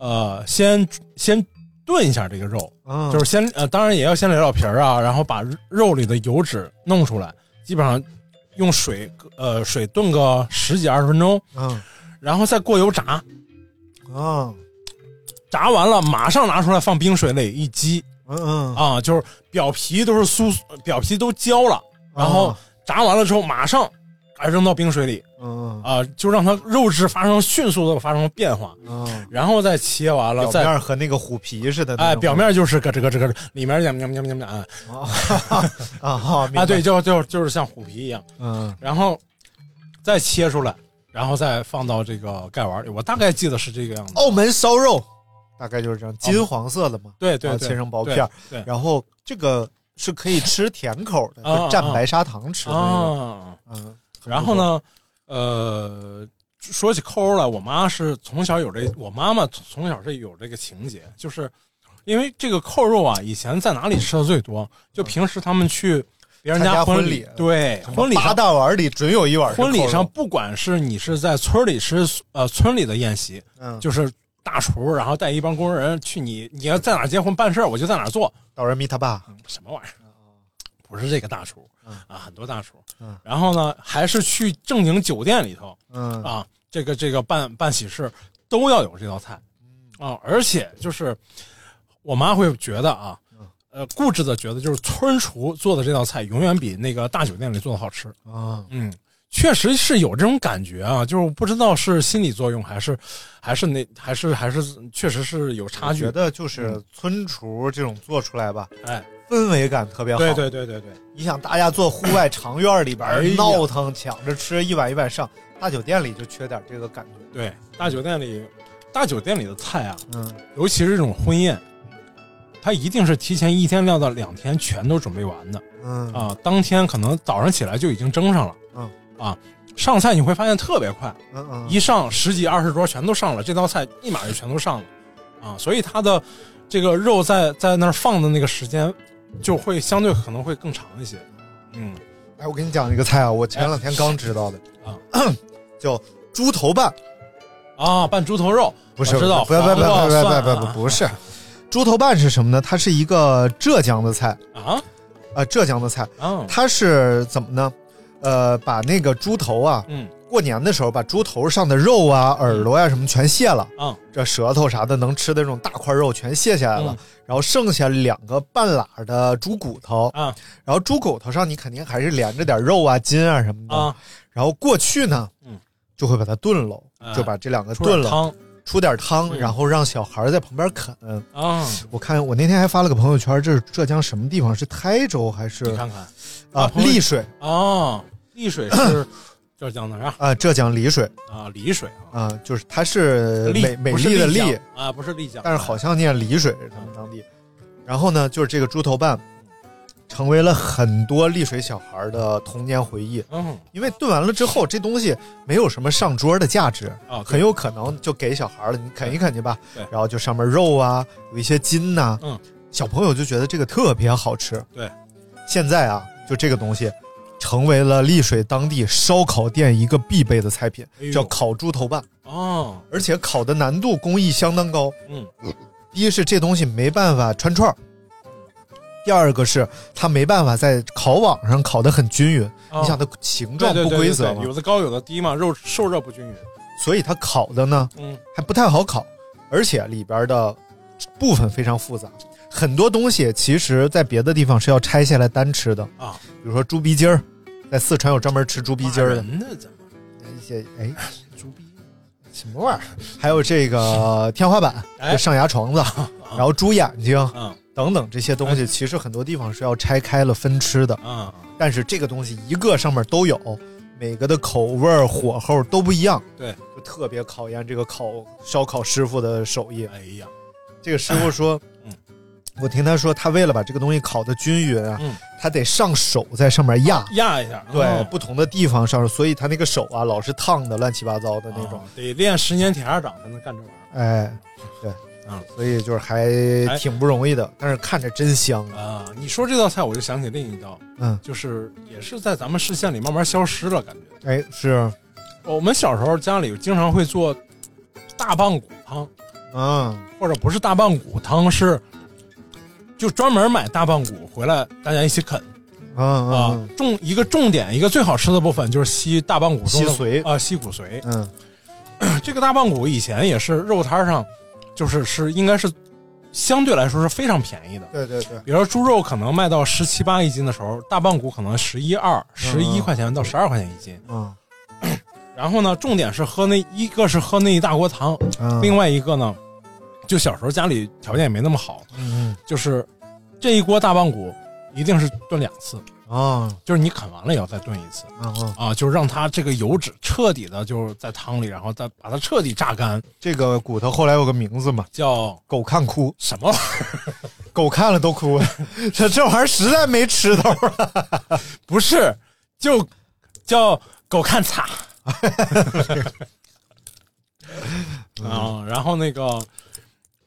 Speaker 2: 呃先先炖一下这个肉，
Speaker 1: 嗯，
Speaker 2: 就是先呃，当然也要先撩撩皮儿啊，然后把肉里的油脂弄出来，基本上用水呃水炖个十几二十分钟，
Speaker 1: 嗯
Speaker 2: 然后再过油炸，
Speaker 1: 嗯
Speaker 2: 炸完了马上拿出来放冰水里一激
Speaker 1: 嗯嗯，
Speaker 2: 啊，就是表皮都是酥，表皮都焦了，然后
Speaker 1: 啊
Speaker 2: 炸完了之后马上啊扔到冰水里
Speaker 1: 嗯嗯
Speaker 2: 啊，就让它肉质发生迅速的发生变化，
Speaker 1: 嗯，
Speaker 2: 然后再切完了
Speaker 1: 表
Speaker 2: 再。
Speaker 1: 面和那个虎皮似的那种，
Speaker 2: 哎，表面就是咯吱咯吱咯吱，里面喵喵喵喵喵，
Speaker 1: 啊啊哈
Speaker 2: 啊，对，，
Speaker 1: 明白
Speaker 2: 就就就是像虎皮一样，
Speaker 1: 嗯
Speaker 2: 然后再切出来，然后再放到这个盖碗里。我大概记得是这个样子。
Speaker 1: 澳门烧肉大概就是这样，金黄色的嘛，
Speaker 2: 对对
Speaker 1: 然后
Speaker 2: 对，
Speaker 1: 啊切成薄片儿，
Speaker 2: 对， 对
Speaker 1: 然后这个是可以吃甜口的，
Speaker 2: 啊
Speaker 1: 就蘸白砂糖吃的那种。
Speaker 2: 啊。
Speaker 1: 嗯，
Speaker 2: 然后呢，呃，说起扣肉来，我妈是从小有这，我妈妈从小是有这个情节，就是因为这个扣肉啊，以前在哪里吃的最多？就平时他们去别人
Speaker 1: 嗯参加
Speaker 2: 婚
Speaker 1: 婚礼
Speaker 2: 对，
Speaker 1: 很不错？
Speaker 2: 婚礼
Speaker 1: 八
Speaker 2: 上。
Speaker 1: 大碗里准有一碗是
Speaker 2: 婚礼
Speaker 1: 扣
Speaker 2: 上，
Speaker 1: 肉，
Speaker 2: 不管是你是在村里吃，呃，村里的宴席，
Speaker 1: 嗯，
Speaker 2: 就
Speaker 1: 就
Speaker 2: 是大厨，然后带一帮工人去你你要在哪儿结婚办事儿，我就在哪儿做。
Speaker 1: 导人咪他爸，
Speaker 2: 什么玩意儿？不是这个大厨啊，很多大厨
Speaker 1: 哦嗯。
Speaker 2: 然后呢，还是去正经酒店里头
Speaker 1: 嗯
Speaker 2: 啊，这个这个办办喜事都要有这道菜
Speaker 1: 嗯
Speaker 2: 啊，而且就是我妈会觉得啊。
Speaker 1: 嗯
Speaker 2: 呃，固执的觉得就是村厨做的这道菜永远比那个大酒店里做的好吃。
Speaker 1: 啊，
Speaker 2: 嗯，确实是有这种感觉啊，就是我不知道是心理作用还是还是那还是还是确实是有差
Speaker 1: 我
Speaker 2: 距
Speaker 1: 觉。得就是
Speaker 2: 嗯
Speaker 1: 村厨这种做出来吧，
Speaker 2: 哎，
Speaker 1: 氛围感特别好。
Speaker 2: 对对对对对，
Speaker 1: 你想大家坐户外长院里边
Speaker 2: 哎
Speaker 1: 儿
Speaker 2: 呀
Speaker 1: 闹腾，抢着吃，一碗一碗上，大酒店里就缺点这个感觉。
Speaker 2: 对，大酒店里，大酒店里的菜啊，
Speaker 1: 嗯
Speaker 2: 尤其是这种婚宴，它一定是提前一天料到两天全都准备完的
Speaker 1: 嗯
Speaker 2: 啊。当天可能早上起来就已经蒸上了，
Speaker 1: 嗯
Speaker 2: 啊，上菜你会发现特别快，
Speaker 1: 嗯嗯，
Speaker 2: 一上十几二十桌全都上了，这道菜立马就全都上了啊。所以它的这个肉在在那儿放的那个时间，就会相对可能会更长一些。嗯，
Speaker 1: 哎，我跟你讲一个菜啊，我前两天刚知道的
Speaker 2: 啊，
Speaker 1: 叫猪头拌。
Speaker 2: 啊，拌猪头肉
Speaker 1: 不是，
Speaker 2: 我知道
Speaker 1: 不不不
Speaker 2: 黄瓜
Speaker 1: 不
Speaker 2: 蒜
Speaker 1: 不不
Speaker 2: 啊
Speaker 1: 不不是，猪头拌是什么呢？它是一个浙江的菜，
Speaker 2: 啊
Speaker 1: 啊，浙江的菜，
Speaker 2: 啊，
Speaker 1: 它是怎么呢？呃，把那个猪头啊
Speaker 2: 嗯，
Speaker 1: 过年的时候把猪头上的肉啊、耳朵呀、什么全卸了，
Speaker 2: 嗯，
Speaker 1: 这舌头啥的能吃的这种大块肉全卸下来了，
Speaker 2: 嗯
Speaker 1: 然后剩下两个半喇的猪骨头，
Speaker 2: 啊
Speaker 1: 然后猪骨头上你肯定还是连着点肉啊、筋啊什么的，
Speaker 2: 啊，
Speaker 1: 然后过去呢，
Speaker 2: 嗯，
Speaker 1: 就会把它炖喽，
Speaker 2: 哎
Speaker 1: 就把这两个
Speaker 2: 出点
Speaker 1: 炖了，
Speaker 2: 汤
Speaker 1: 出点汤，
Speaker 2: 嗯
Speaker 1: 然后让小孩在旁边啃。
Speaker 2: 啊，
Speaker 1: 我看我那天还发了个朋友圈，这是浙江什么地方？是台州还是
Speaker 2: 你看看
Speaker 1: 啊
Speaker 2: 啊朋友
Speaker 1: 丽水
Speaker 2: 啊，丽水是浙江哪儿啊？
Speaker 1: 啊？浙江丽水
Speaker 2: 啊，丽水啊，
Speaker 1: 啊，就是它是
Speaker 2: 丽
Speaker 1: 呃美美
Speaker 2: 不是
Speaker 1: 丽的
Speaker 2: 丽
Speaker 1: 丽
Speaker 2: 江，啊，不是丽江，
Speaker 1: 但是好像念丽水，他们当地。然后呢，就是这个猪头拌，成为了很多丽水小孩的童年回忆。
Speaker 2: 嗯
Speaker 1: 因为炖完了之后，这东西没有什么上桌的价值，
Speaker 2: 啊，对
Speaker 1: 很有可能就给小孩了，你啃一啃去吧
Speaker 2: 对。
Speaker 1: 然后就上面肉啊，有一些筋呐、
Speaker 2: 嗯，
Speaker 1: 小朋友就觉得这个特别好吃。
Speaker 2: 对，
Speaker 1: 现在啊，就这个东西成为了丽水当地烧烤店一个必备的菜品
Speaker 2: 哎呦，
Speaker 1: 叫烤猪头拌，
Speaker 2: 哦，
Speaker 1: 而且烤的难度工艺相当高。
Speaker 2: 嗯，
Speaker 1: 一是这东西没办法穿串儿。第二个是它没办法在烤网上烤得很均匀，
Speaker 2: 啊
Speaker 1: 你想它形
Speaker 2: 对
Speaker 1: 状
Speaker 2: 对
Speaker 1: 不
Speaker 2: 对
Speaker 1: 规
Speaker 2: 对
Speaker 1: 则
Speaker 2: 对
Speaker 1: 嘛，
Speaker 2: 有的高有的低嘛，肉受热不均匀，
Speaker 1: 所以它烤的呢
Speaker 2: 嗯
Speaker 1: 还不太好烤，而且里边的部分非常复杂，很多东西其实在别的地方是要拆下来单吃的，
Speaker 2: 啊，
Speaker 1: 比如说猪鼻筋儿，在四川有专门吃猪鼻筋儿的
Speaker 2: 骂人呢怎么
Speaker 1: 一些，哎，
Speaker 2: 猪逼
Speaker 1: 什么玩意儿？还有这个天花板、
Speaker 2: 哎
Speaker 1: 就上牙床子，然后猪眼睛
Speaker 2: 啊
Speaker 1: 等等这些东西，其实很多地方是要拆开了分吃的，
Speaker 2: 啊，
Speaker 1: 但是这个东西一个上面都有，每个的口味儿、火候都不一样，
Speaker 2: 对，
Speaker 1: 就特别考验这个烤烧烤师傅的手艺。
Speaker 2: 哎呀，
Speaker 1: 这个师傅说，
Speaker 2: 嗯，
Speaker 1: 我听他说，他为了把这个东西烤的均匀啊，
Speaker 2: 嗯
Speaker 1: 他得上手在上面压，
Speaker 2: 压一下，
Speaker 1: 对、
Speaker 2: 哦
Speaker 1: 不同的地方上，所以他那个手啊老是烫的乱七八糟的那种，
Speaker 2: 啊得练十年铁砂掌才能干这玩意
Speaker 1: 哎，对，
Speaker 2: 嗯
Speaker 1: 所以就是还挺不容易的，但是看着真香
Speaker 2: 儿
Speaker 1: 啊，
Speaker 2: 啊。你说这道菜，我就想起另一道，
Speaker 1: 嗯，
Speaker 2: 就是也是在咱们视线里慢慢消失了，感觉。
Speaker 1: 哎，是，
Speaker 2: 我们小时候家里经常会做大棒骨汤，
Speaker 1: 嗯，
Speaker 2: 或者不是大棒骨汤，是就专门买大棒骨回来，大家一起啃
Speaker 1: 嗯嗯
Speaker 2: 啊
Speaker 1: 嗯。
Speaker 2: 重一个重点，一个最好吃的部分就是吸大棒骨中的
Speaker 1: 吸髓
Speaker 2: 啊，吸骨髓。啊
Speaker 1: 嗯，
Speaker 2: 这个大棒骨以前也是肉摊上，就是是应该是相对来说是非常便宜的。
Speaker 1: 对对对，
Speaker 2: 比如说猪肉可能卖到十七八一斤的时候，大棒骨可能十一二、十一块钱到十二块钱一斤。
Speaker 1: 嗯
Speaker 2: 然后呢，重点是喝那一个是喝那一大锅汤，
Speaker 1: 嗯，
Speaker 2: 另
Speaker 1: 外，
Speaker 2: 外一个呢，就小时候家里条件也没那么好，
Speaker 1: 嗯
Speaker 2: 就是这一锅大棒骨一定是炖两次，
Speaker 1: 嗯，哦，
Speaker 2: 就是你啃完了也要再炖一次
Speaker 1: 嗯嗯，
Speaker 2: 啊，就是让它这个油脂彻底的就是在汤里，然后再把它彻底榨干，
Speaker 1: 这个骨头后来有个名字嘛，
Speaker 2: 叫
Speaker 1: 狗看哭，
Speaker 2: 什么？
Speaker 1: 狗看了都 哭，这这玩意儿实在没吃头 了。
Speaker 2: 不是，就叫狗看擦。 啊，然后那个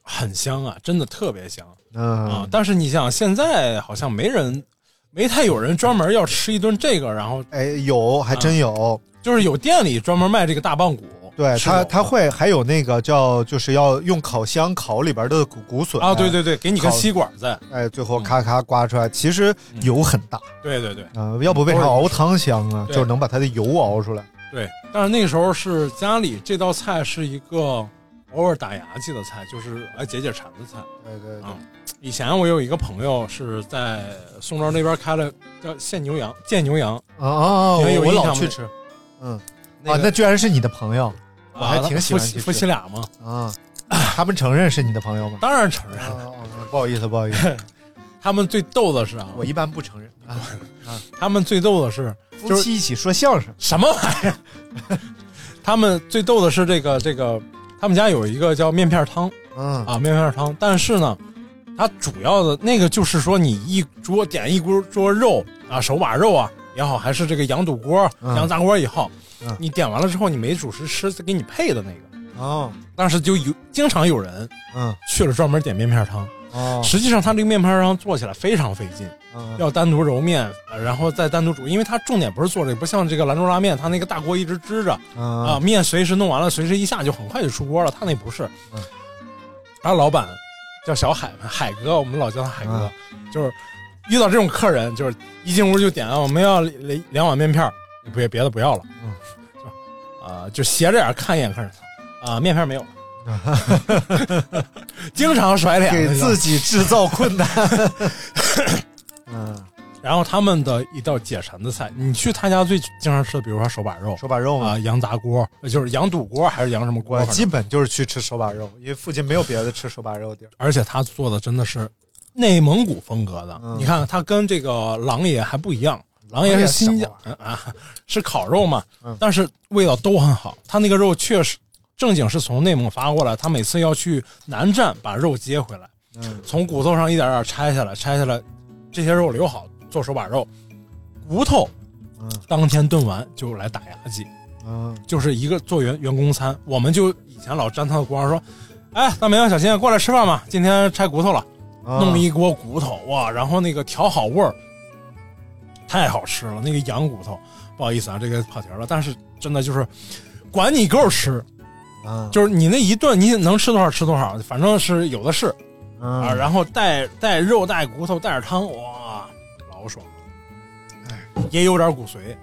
Speaker 2: 很香啊，真的特别香啊！
Speaker 1: 嗯，
Speaker 2: 但是你想，现在好像没人，没太有人专门要吃一顿这个，然后
Speaker 1: 哎，有还真有，
Speaker 2: 就是有店里专门卖这个大棒骨，
Speaker 1: 对
Speaker 2: 嗯是
Speaker 1: 他
Speaker 2: 有
Speaker 1: 他会还有那个叫就是要用烤箱烤里边的骨骨笋
Speaker 2: 啊，对，对嗯对，给你根
Speaker 1: 哎烤
Speaker 2: 吸管在，
Speaker 1: 哎，最后咔咔刮出来，其实油
Speaker 2: 嗯
Speaker 1: 很大
Speaker 2: 对对对
Speaker 1: 啊，要不为啥熬汤香啊？
Speaker 2: 对
Speaker 1: 就是能把它的油熬出来。
Speaker 2: 对。但是那时候是家里这道菜是一个偶尔打牙祭的菜，就是来解解馋的菜。
Speaker 1: 对对对
Speaker 2: 啊，以前我有一个朋友是在宋庄那边开了叫现牛羊，见牛羊，
Speaker 1: 啊啊！
Speaker 2: 你还有
Speaker 1: 我我
Speaker 2: 印象
Speaker 1: 老
Speaker 2: 吗
Speaker 1: 去吃，嗯
Speaker 2: 那
Speaker 1: 啊，
Speaker 2: 个
Speaker 1: 那居然是你的朋友我还
Speaker 2: 啊
Speaker 1: 挺喜欢
Speaker 2: 夫妻
Speaker 1: 去吃
Speaker 2: 夫妻俩嘛，
Speaker 1: 啊，他们承认是你的朋友吗？
Speaker 2: 当然承认。
Speaker 1: 啊，哦不好意思，不好意思，
Speaker 2: 他们最逗的是啊，
Speaker 1: 我一般不承认啊。
Speaker 2: 他们最逗的是
Speaker 1: 夫妻一起说相声，
Speaker 2: 什么玩意儿？ 他们最逗的是这个这个，他们家有一个叫面片汤
Speaker 1: 嗯
Speaker 2: 啊，面片汤，但是呢。它主要的那个就是说，你一桌点一锅桌肉啊，手把肉啊也好，还是这个羊肚锅、
Speaker 1: 嗯
Speaker 2: 羊杂锅也好，
Speaker 1: 嗯
Speaker 2: 你点完了之后，你没主食吃，再给你配的那个，
Speaker 1: 哦，
Speaker 2: 当时就有经常有人
Speaker 1: 嗯
Speaker 2: 去了专门点面片汤。
Speaker 1: 哦，
Speaker 2: 实际上，他这个面片汤做起来非常费劲，
Speaker 1: 嗯
Speaker 2: 要单独揉面，呃然后再单独煮，因为它重点不是做这个，不像这个兰州拉面，它那个大锅一直支着啊，
Speaker 1: 啊
Speaker 2: 面随时弄完了，随时一下就很快就出锅了。他那不是
Speaker 1: 嗯。
Speaker 2: 然后老板叫小海嘛，海哥，我们老叫他海哥
Speaker 1: 啊，
Speaker 2: 就是遇到这种客人，就是一进屋就点啊，我们要两两碗面片儿，别别的不要了
Speaker 1: 嗯，
Speaker 2: 就呃，就斜着眼看一眼客人，啊、面片没有， 经常甩脸
Speaker 1: 给
Speaker 2: 那个
Speaker 1: 自己制造困难。嗯，
Speaker 2: 然后他们的一道解馋的菜，你去他家最经常吃的，比如说手把肉
Speaker 1: 手把肉
Speaker 2: 啊、
Speaker 1: 嘛，
Speaker 2: 羊杂锅，就是羊肚锅还是羊什么锅
Speaker 1: 我，
Speaker 2: 反
Speaker 1: 基
Speaker 2: 正
Speaker 1: 本就是去吃手把肉，因为附近没有别的吃手把肉的 地儿。
Speaker 2: 而且他做的真的是内蒙古风格的。
Speaker 1: 嗯
Speaker 2: 你看，他跟这个狼爷还不一样，狼爷是新疆啊，是烤肉嘛，
Speaker 1: 嗯
Speaker 2: 但是味道都很好。他那个肉确实正经是从内蒙发过来，他每次要去南站把肉接回来。
Speaker 1: 嗯，
Speaker 2: 从骨头上一点点拆下来，拆下来，这些肉留好做手把肉，骨头
Speaker 1: 嗯
Speaker 2: 当天炖完就来打牙祭，
Speaker 1: 嗯，
Speaker 2: 就是一个做员员工餐。我们就以前老沾他的光说，哎，大明小新过来吃饭吧，今天拆骨头了，
Speaker 1: 啊哦
Speaker 2: 弄一锅骨头哇，然后那个调好味儿，太好吃了，那个羊骨头，不好意思啊，这个跑题儿了，但是真的就是。管你够吃，
Speaker 1: 啊，
Speaker 2: 就是你那一顿你能吃多少吃多少，反正是有的是。啊，
Speaker 1: 啊，
Speaker 2: 然后带带肉、带骨头、带着汤，哇，老爽！哎，也有点骨髓，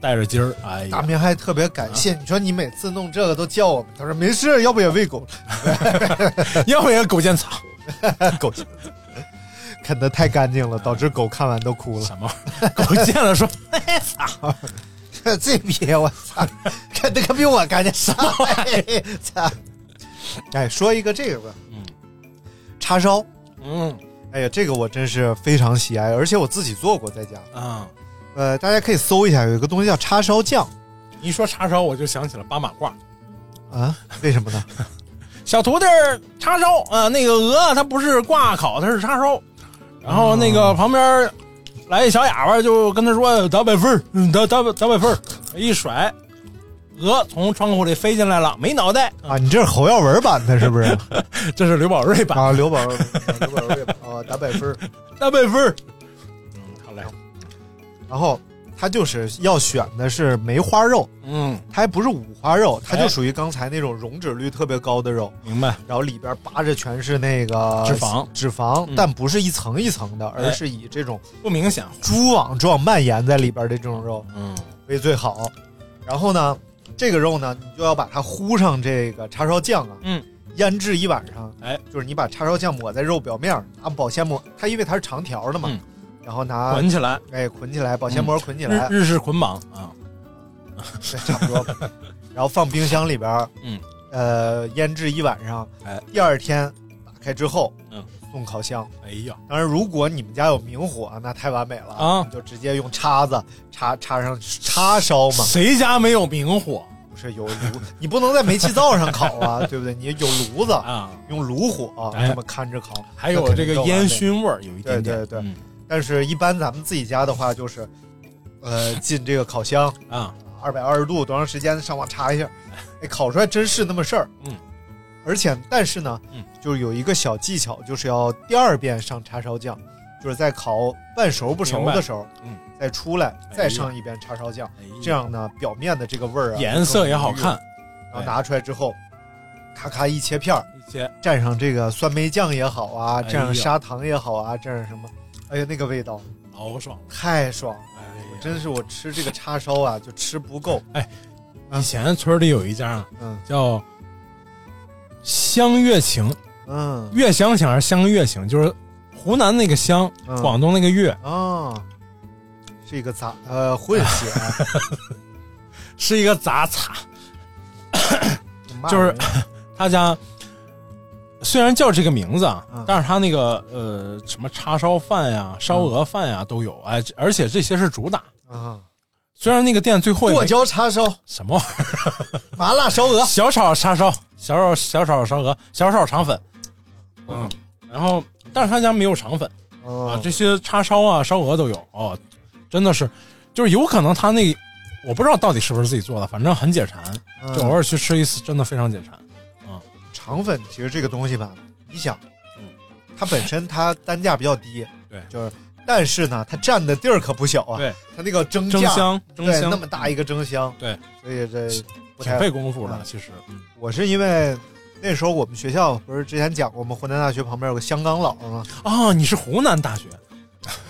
Speaker 2: 带着筋儿，哎
Speaker 1: 大
Speaker 2: 呀，
Speaker 1: 明还特别感谢你说你每次弄这个都叫我们，他说没事，要不也喂狗，
Speaker 2: 要不然狗见草，
Speaker 1: 狗啃得太干净了，导致狗看完都哭了。
Speaker 2: 什么 玩意儿狗见了说， 哎操，
Speaker 1: 这逼我操，看那可比我干净啥玩意儿？操！哎，说一个这个吧，
Speaker 2: 嗯
Speaker 1: 叉烧，
Speaker 2: 嗯
Speaker 1: 哎呀，这个我真是非常喜爱，而且我自己做过在家。
Speaker 2: 啊，
Speaker 1: 呃，大家可以搜一下，有一个东西叫叉烧酱
Speaker 2: 你一说叉烧，我就想起了八马褂，
Speaker 1: 啊？为什么呢？
Speaker 2: 小徒弟儿叉烧，呃，那个鹅它不是挂烤，它是叉烧，然后那个旁边儿来一小哑巴就跟他说打百分儿，嗯，打打打百分儿，一甩，鹅从窗户里飞进来了，没脑袋。
Speaker 1: 啊，你这是侯耀文版的，是不是？
Speaker 2: 这是刘宝瑞吧？
Speaker 1: 啊，刘宝，啊刘宝瑞啊，打百分儿。
Speaker 2: 大辈分。嗯，好嘞。
Speaker 1: 然后他啊就是要选的是梅花肉，
Speaker 2: 嗯，
Speaker 1: 它还不是五花肉，它就
Speaker 2: 哎
Speaker 1: 属于刚才那种溶脂率特别高的肉。
Speaker 2: 明白。
Speaker 1: 然后里边扒着全是那个
Speaker 2: 脂肪
Speaker 1: 脂肪
Speaker 2: 嗯，
Speaker 1: 但不是一层一层的，而
Speaker 2: 哎
Speaker 1: 是以这种
Speaker 2: 不明显。
Speaker 1: 蛛网状蔓延在里边的这种肉
Speaker 2: 嗯
Speaker 1: 为最好。然后呢，这个肉呢，你就要把它糊上这个叉烧酱啊，
Speaker 2: 嗯，
Speaker 1: 腌制一晚上。
Speaker 2: 哎，
Speaker 1: 就是你把叉烧酱抹在肉表面，拿保鲜膜，它因为它是长条的嘛，
Speaker 2: 嗯
Speaker 1: 然后拿
Speaker 2: 捆起嗯来，
Speaker 1: 哎捆起来，保鲜膜捆起
Speaker 2: 日
Speaker 1: 来，
Speaker 2: 日式捆绑啊。
Speaker 1: 对，差不多吧。然后放冰箱里边，
Speaker 2: 嗯，
Speaker 1: 呃，腌制一晚上。
Speaker 2: 哎，
Speaker 1: 第二天打开之后，
Speaker 2: 嗯，
Speaker 1: 送烤箱。
Speaker 2: 哎呀，
Speaker 1: 当然，如果你们家有明火，那太完美了
Speaker 2: 啊
Speaker 1: 你就直接用叉子叉叉上叉烧 嘛，
Speaker 2: 谁家没有明火
Speaker 1: 不是有炉，你不能在煤气灶上烤 啊，对不对？你有炉子，
Speaker 2: 啊？
Speaker 1: 用炉火、啊
Speaker 2: 哎
Speaker 1: 这么看着烤，
Speaker 2: 还有这个烟。熏味儿有一点点。
Speaker 1: 对对对
Speaker 2: 嗯
Speaker 1: 但是，一般咱们自己家的话，就是，呃，进这个烤箱，
Speaker 2: 啊，
Speaker 1: 二百二十度多长时间，上网查 一下，哎，烤出来真是那么事儿。
Speaker 2: 嗯，
Speaker 1: 而且但是呢，
Speaker 2: 嗯
Speaker 1: 就是有一个小技巧，就是要第二遍上叉烧酱，就是在烤半熟不熟
Speaker 2: 明白
Speaker 1: 的时候，
Speaker 2: 嗯，
Speaker 1: 再出来
Speaker 2: 呀
Speaker 1: 再上一遍叉烧酱，
Speaker 2: 哎呀
Speaker 1: 这样呢，表面的这个味儿啊，
Speaker 2: 颜色也好看。哎
Speaker 1: 然后拿出来之后，咔咔一切片儿，
Speaker 2: 一些
Speaker 1: 蘸上这个酸梅酱也好啊，
Speaker 2: 哎呀
Speaker 1: 蘸上砂糖也好啊，蘸上什么，哎呀，那个味道
Speaker 2: 老爽了。
Speaker 1: 太爽了！
Speaker 2: 哎呀
Speaker 1: 我真是我吃这个叉烧啊，就吃不够。
Speaker 2: 以前村里有一家
Speaker 1: 嗯
Speaker 2: 叫香月情，
Speaker 1: 嗯
Speaker 2: 月香情还是香月情，就是湖南那个香，
Speaker 1: 嗯
Speaker 2: 广东那个月，
Speaker 1: 啊，是一个杂呃混血，
Speaker 2: 是一个杂茶。
Speaker 1: 骂
Speaker 2: 就是
Speaker 1: 人
Speaker 2: 他家虽然叫这个名字啊，
Speaker 1: 嗯
Speaker 2: 但是他那个呃什么叉烧饭呀、烧鹅饭
Speaker 1: 嗯
Speaker 2: 呀都有，哎，这而且这些是主打。
Speaker 1: 啊，
Speaker 2: 虽然那个店最后也
Speaker 1: 剁
Speaker 2: 没
Speaker 1: 椒啊叉烧、
Speaker 2: 什么玩意啊
Speaker 1: 麻辣烧鹅
Speaker 2: 儿小炒叉烧、小炒小炒烧鹅、小炒肠粉，嗯，然后但是他家没有肠粉啊，
Speaker 1: 啊
Speaker 2: 这些叉烧啊、烧鹅都有哦，真的是，就是有可能他那我不知道到底是不是自己做的，反正很解馋，就偶尔去吃一次，真的非常解馋。
Speaker 1: 嗯肠粉其实这个东西吧，你想
Speaker 2: 嗯，
Speaker 1: 它本身它单价比较低，
Speaker 2: 对
Speaker 1: 就是，但是呢，它占的地儿可不小啊，
Speaker 2: 对，
Speaker 1: 它那个蒸
Speaker 2: 蒸
Speaker 1: 架
Speaker 2: 香，蒸
Speaker 1: 对，
Speaker 2: 香
Speaker 1: 那么大一个蒸箱，
Speaker 2: 对，
Speaker 1: 所以这不
Speaker 2: 挺
Speaker 1: 太。
Speaker 2: 费功夫的，
Speaker 1: 嗯
Speaker 2: 其实，嗯
Speaker 1: 我是因为那时候我们学校不是之前讲过，我们
Speaker 2: 哦
Speaker 1: 湖南大学旁边有个香港佬吗？
Speaker 2: 啊，你是湖南大学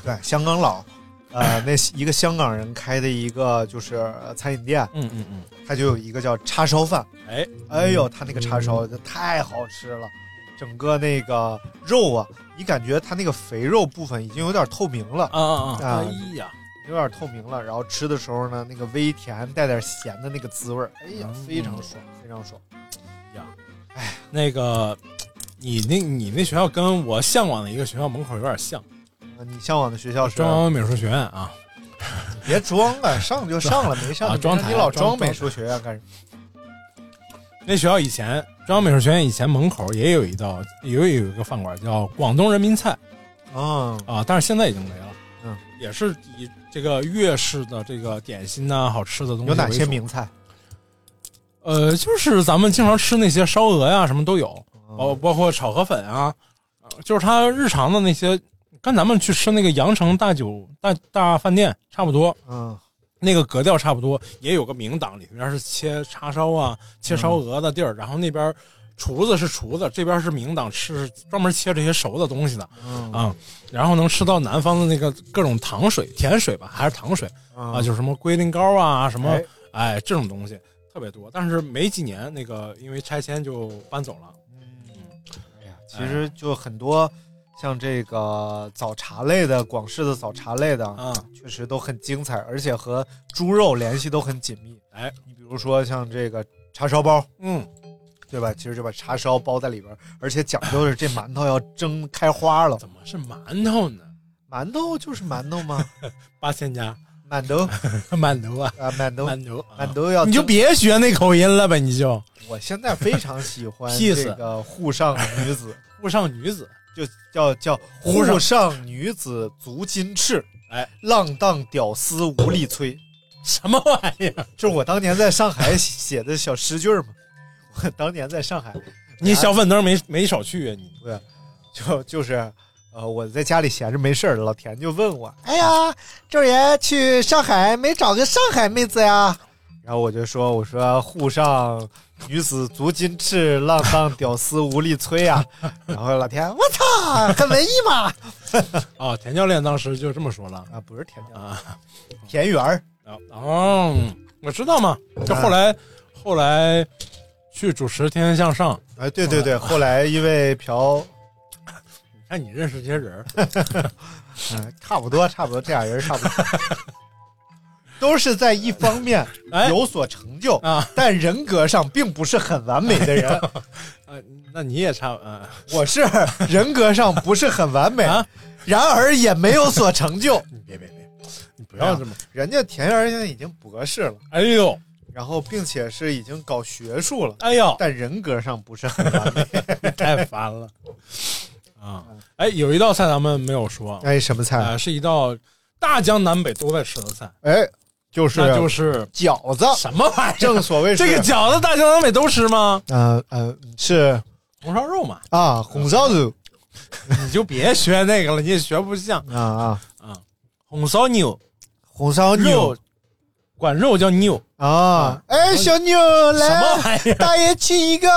Speaker 1: 对，香港佬，呃，那一个香港人开的一个就是呃餐饮店，
Speaker 2: 嗯嗯嗯，
Speaker 1: 他就有一个叫叉烧饭。
Speaker 2: 哎，嗯
Speaker 1: 哎呦，他那个叉烧太好吃了，整个那个肉啊，你感觉它那个肥肉部分已经有点透明了，
Speaker 2: 啊啊啊！
Speaker 1: 啊
Speaker 2: 哎呀，
Speaker 1: 有点透明了。然后吃的时候呢，那个微甜带点咸的那个滋味儿，哎呀，
Speaker 2: 嗯
Speaker 1: 非常爽，非常爽。
Speaker 2: 那个，你那你那学校跟我向往的一个学校门口有点像，
Speaker 1: 呃你向往的学校是
Speaker 2: 中？央美术学院啊。
Speaker 1: 别装了，上就 上了，没上
Speaker 2: 啊
Speaker 1: 你
Speaker 2: 装
Speaker 1: 看
Speaker 2: 台
Speaker 1: 你老
Speaker 2: 装
Speaker 1: 装美术学院干什么？
Speaker 2: 那学校以前中央美术学院以前门口也有一道，也有一个饭馆叫广东人民菜
Speaker 1: 啊、
Speaker 2: 啊，但是现在已经没了。
Speaker 1: 嗯，
Speaker 2: 也是以这个粤式的这个点心呐、好吃的东西
Speaker 1: 有哪
Speaker 2: 为
Speaker 1: 些
Speaker 2: 主
Speaker 1: 名菜？
Speaker 2: 呃，就是咱们经常吃那些烧鹅呀、什么都有，
Speaker 1: 嗯
Speaker 2: 包包括炒河粉啊，呃就是它日常的那些，跟咱们去吃那个羊城大酒大大饭店差不多，
Speaker 1: 嗯，
Speaker 2: 那个格调差不多，也有个名档，里面是切叉烧啊、切烧
Speaker 1: 嗯
Speaker 2: 鹅的地儿，然后那边厨子是厨子，这边是名档，是专门切这些熟的东西的
Speaker 1: 嗯
Speaker 2: 啊、然后能吃到南方的那个各种糖水、甜水吧，还是糖水
Speaker 1: 啊
Speaker 2: 啊，就是什么龟苓膏啊，什么
Speaker 1: 哎
Speaker 2: 哎这种东西特别多，但是没几年那个因为拆迁就搬走了，
Speaker 1: 嗯哎呀，其实就很多像这个早茶类的，广式的早茶类的，
Speaker 2: 啊
Speaker 1: 确实都很精彩，而且和猪肉联系都很紧密。
Speaker 2: 哎，
Speaker 1: 你比如说像这个叉烧包，
Speaker 2: 嗯
Speaker 1: 对吧？其实就把叉烧包在里边儿，而且讲究的是这馒头要蒸开花了。
Speaker 2: 怎么是馒头呢？
Speaker 1: 馒头就是馒头吗？
Speaker 2: 八千家
Speaker 1: 馒头
Speaker 2: 馒头啊，
Speaker 1: 啊，馒头，
Speaker 2: 馒头啊，
Speaker 1: 馒头要
Speaker 2: 你就
Speaker 1: 蒸
Speaker 2: 别学那口音了呗，你就
Speaker 1: 我现在非常喜欢
Speaker 2: 屁事
Speaker 1: 这个沪上女子，
Speaker 2: 沪上女子。
Speaker 1: 就叫叫
Speaker 2: 沪上
Speaker 1: 沪上女子足金翅，
Speaker 2: 哎，
Speaker 1: 浪荡屌丝无力摧。
Speaker 2: 什么玩 意儿？
Speaker 1: 就是我当年在上海写的小诗句儿嘛。 我当年在上海，
Speaker 2: 你小粉灯没没少去啊？你
Speaker 1: 就就是，呃，我在家里闲着没事儿，老田就问我，哎呀，周爷去上海没找个上海妹子呀？然后我就说，我说沪上女子足金翅，浪荡屌丝无力摧呀。 然后老田，我操，很文艺嘛。
Speaker 2: 啊，田教练当时就这么说了
Speaker 1: 啊，不是田家，
Speaker 2: 啊。
Speaker 1: 田园儿
Speaker 2: 啊哦，我知道嘛。就后来后来去主持《天天向上》，
Speaker 1: 哎，对对对，后来因为朴，
Speaker 2: 你看你认识这些人儿，
Speaker 1: 嗯，差不多差不多，这俩人差不多，都是在一方面
Speaker 2: 哎
Speaker 1: 有所成就，
Speaker 2: 啊
Speaker 1: 但人格上并不是很完美的人。
Speaker 2: 啊，那你也差啊
Speaker 1: 我是人格上不是很完美，
Speaker 2: 啊！
Speaker 1: 然而也没有所成就。
Speaker 2: 你别别别，你不要这么。
Speaker 1: 人家田园现在已经博士了，
Speaker 2: 哎呦
Speaker 1: 然后并且是已经搞学术了，
Speaker 2: 哎 呦，
Speaker 1: 但人格上不是很完美。
Speaker 2: 太烦了啊！哎，有一道菜咱们没有说，
Speaker 1: 哎，什么菜？
Speaker 2: 啊，是一道大江南北都在吃的菜，
Speaker 1: 哎，就是
Speaker 2: 那就是
Speaker 1: 饺子。
Speaker 2: 什么玩意儿？
Speaker 1: 正所谓是
Speaker 2: 这个饺子大江南北都吃吗？
Speaker 1: 呃呃是
Speaker 2: 红烧肉嘛，
Speaker 1: 啊，红烧肉
Speaker 2: 你就别学那个了，你也学不像。
Speaker 1: 啊啊，
Speaker 2: 红烧牛
Speaker 1: 红烧
Speaker 2: 肉
Speaker 1: 牛，
Speaker 2: 管肉叫牛，
Speaker 1: 啊，哎，小妞
Speaker 2: 什么
Speaker 1: 来，
Speaker 2: 玩意儿？
Speaker 1: 大爷亲一个。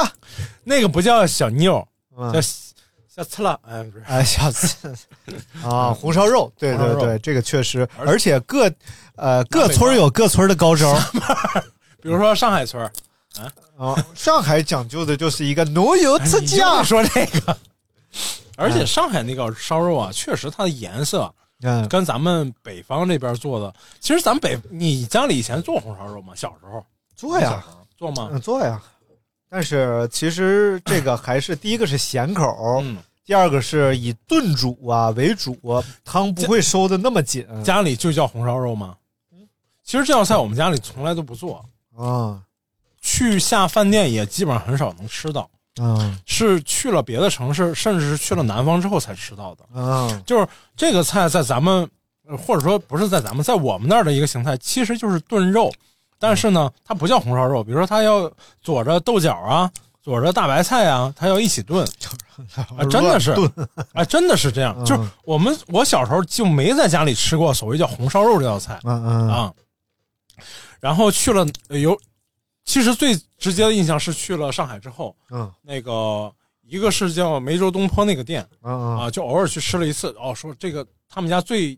Speaker 2: 那个不叫小妞，
Speaker 1: 嗯
Speaker 2: 叫小刺了。哎，不是，
Speaker 1: 哎，小子 啊，红烧肉，对
Speaker 2: 红烧
Speaker 1: 对
Speaker 2: 肉
Speaker 1: 对，这个确实，
Speaker 2: 而
Speaker 1: 而且各呃各
Speaker 2: 北
Speaker 1: 村儿有各村儿的高招儿
Speaker 2: 比如说上海村儿，
Speaker 1: 啊。上海讲究的就是一个浓油
Speaker 2: 哎
Speaker 1: 赤
Speaker 2: 你就
Speaker 1: 酱
Speaker 2: 会，说这 个。而且上海那个烧肉啊，确实它的颜色
Speaker 1: 嗯，
Speaker 2: 跟咱们北方这边做的，其实咱北，你家里以前做红烧肉吗？小时候
Speaker 1: 做呀，
Speaker 2: 做吗？
Speaker 1: 嗯，做呀。但是其实这个还是第一个是咸口，
Speaker 2: 嗯，
Speaker 1: 第二个是以炖煮啊为主，汤不会收的那么紧
Speaker 2: 家里就叫红烧肉吗？
Speaker 1: 嗯
Speaker 2: 其实这道菜我们家里从来都不做，
Speaker 1: 啊
Speaker 2: 去下饭店也基本上很少能吃到。
Speaker 1: 啊
Speaker 2: 是去了别的城市，甚至是去了南方之后才吃到的。
Speaker 1: 啊！
Speaker 2: 就是这个菜在咱们，呃或者说不是在咱们，在我们那儿的一个形态，其实就是炖肉，但是呢，它不叫红烧肉，比如说它要佐着豆角啊，佐着大白菜啊，它要一起炖，啊，真的是，啊，真的是这样。
Speaker 1: 嗯
Speaker 2: 就是我们我小时候就没在家里吃过所谓叫红烧肉这道菜
Speaker 1: 啊啊
Speaker 2: 啊，然后去了呃有，其实最直接的印象是去了上海之后。
Speaker 1: 啊
Speaker 2: 那个一个是叫梅州东坡那个店
Speaker 1: 啊啊！
Speaker 2: 啊，就偶尔去吃了一次。哦，说这个他们家最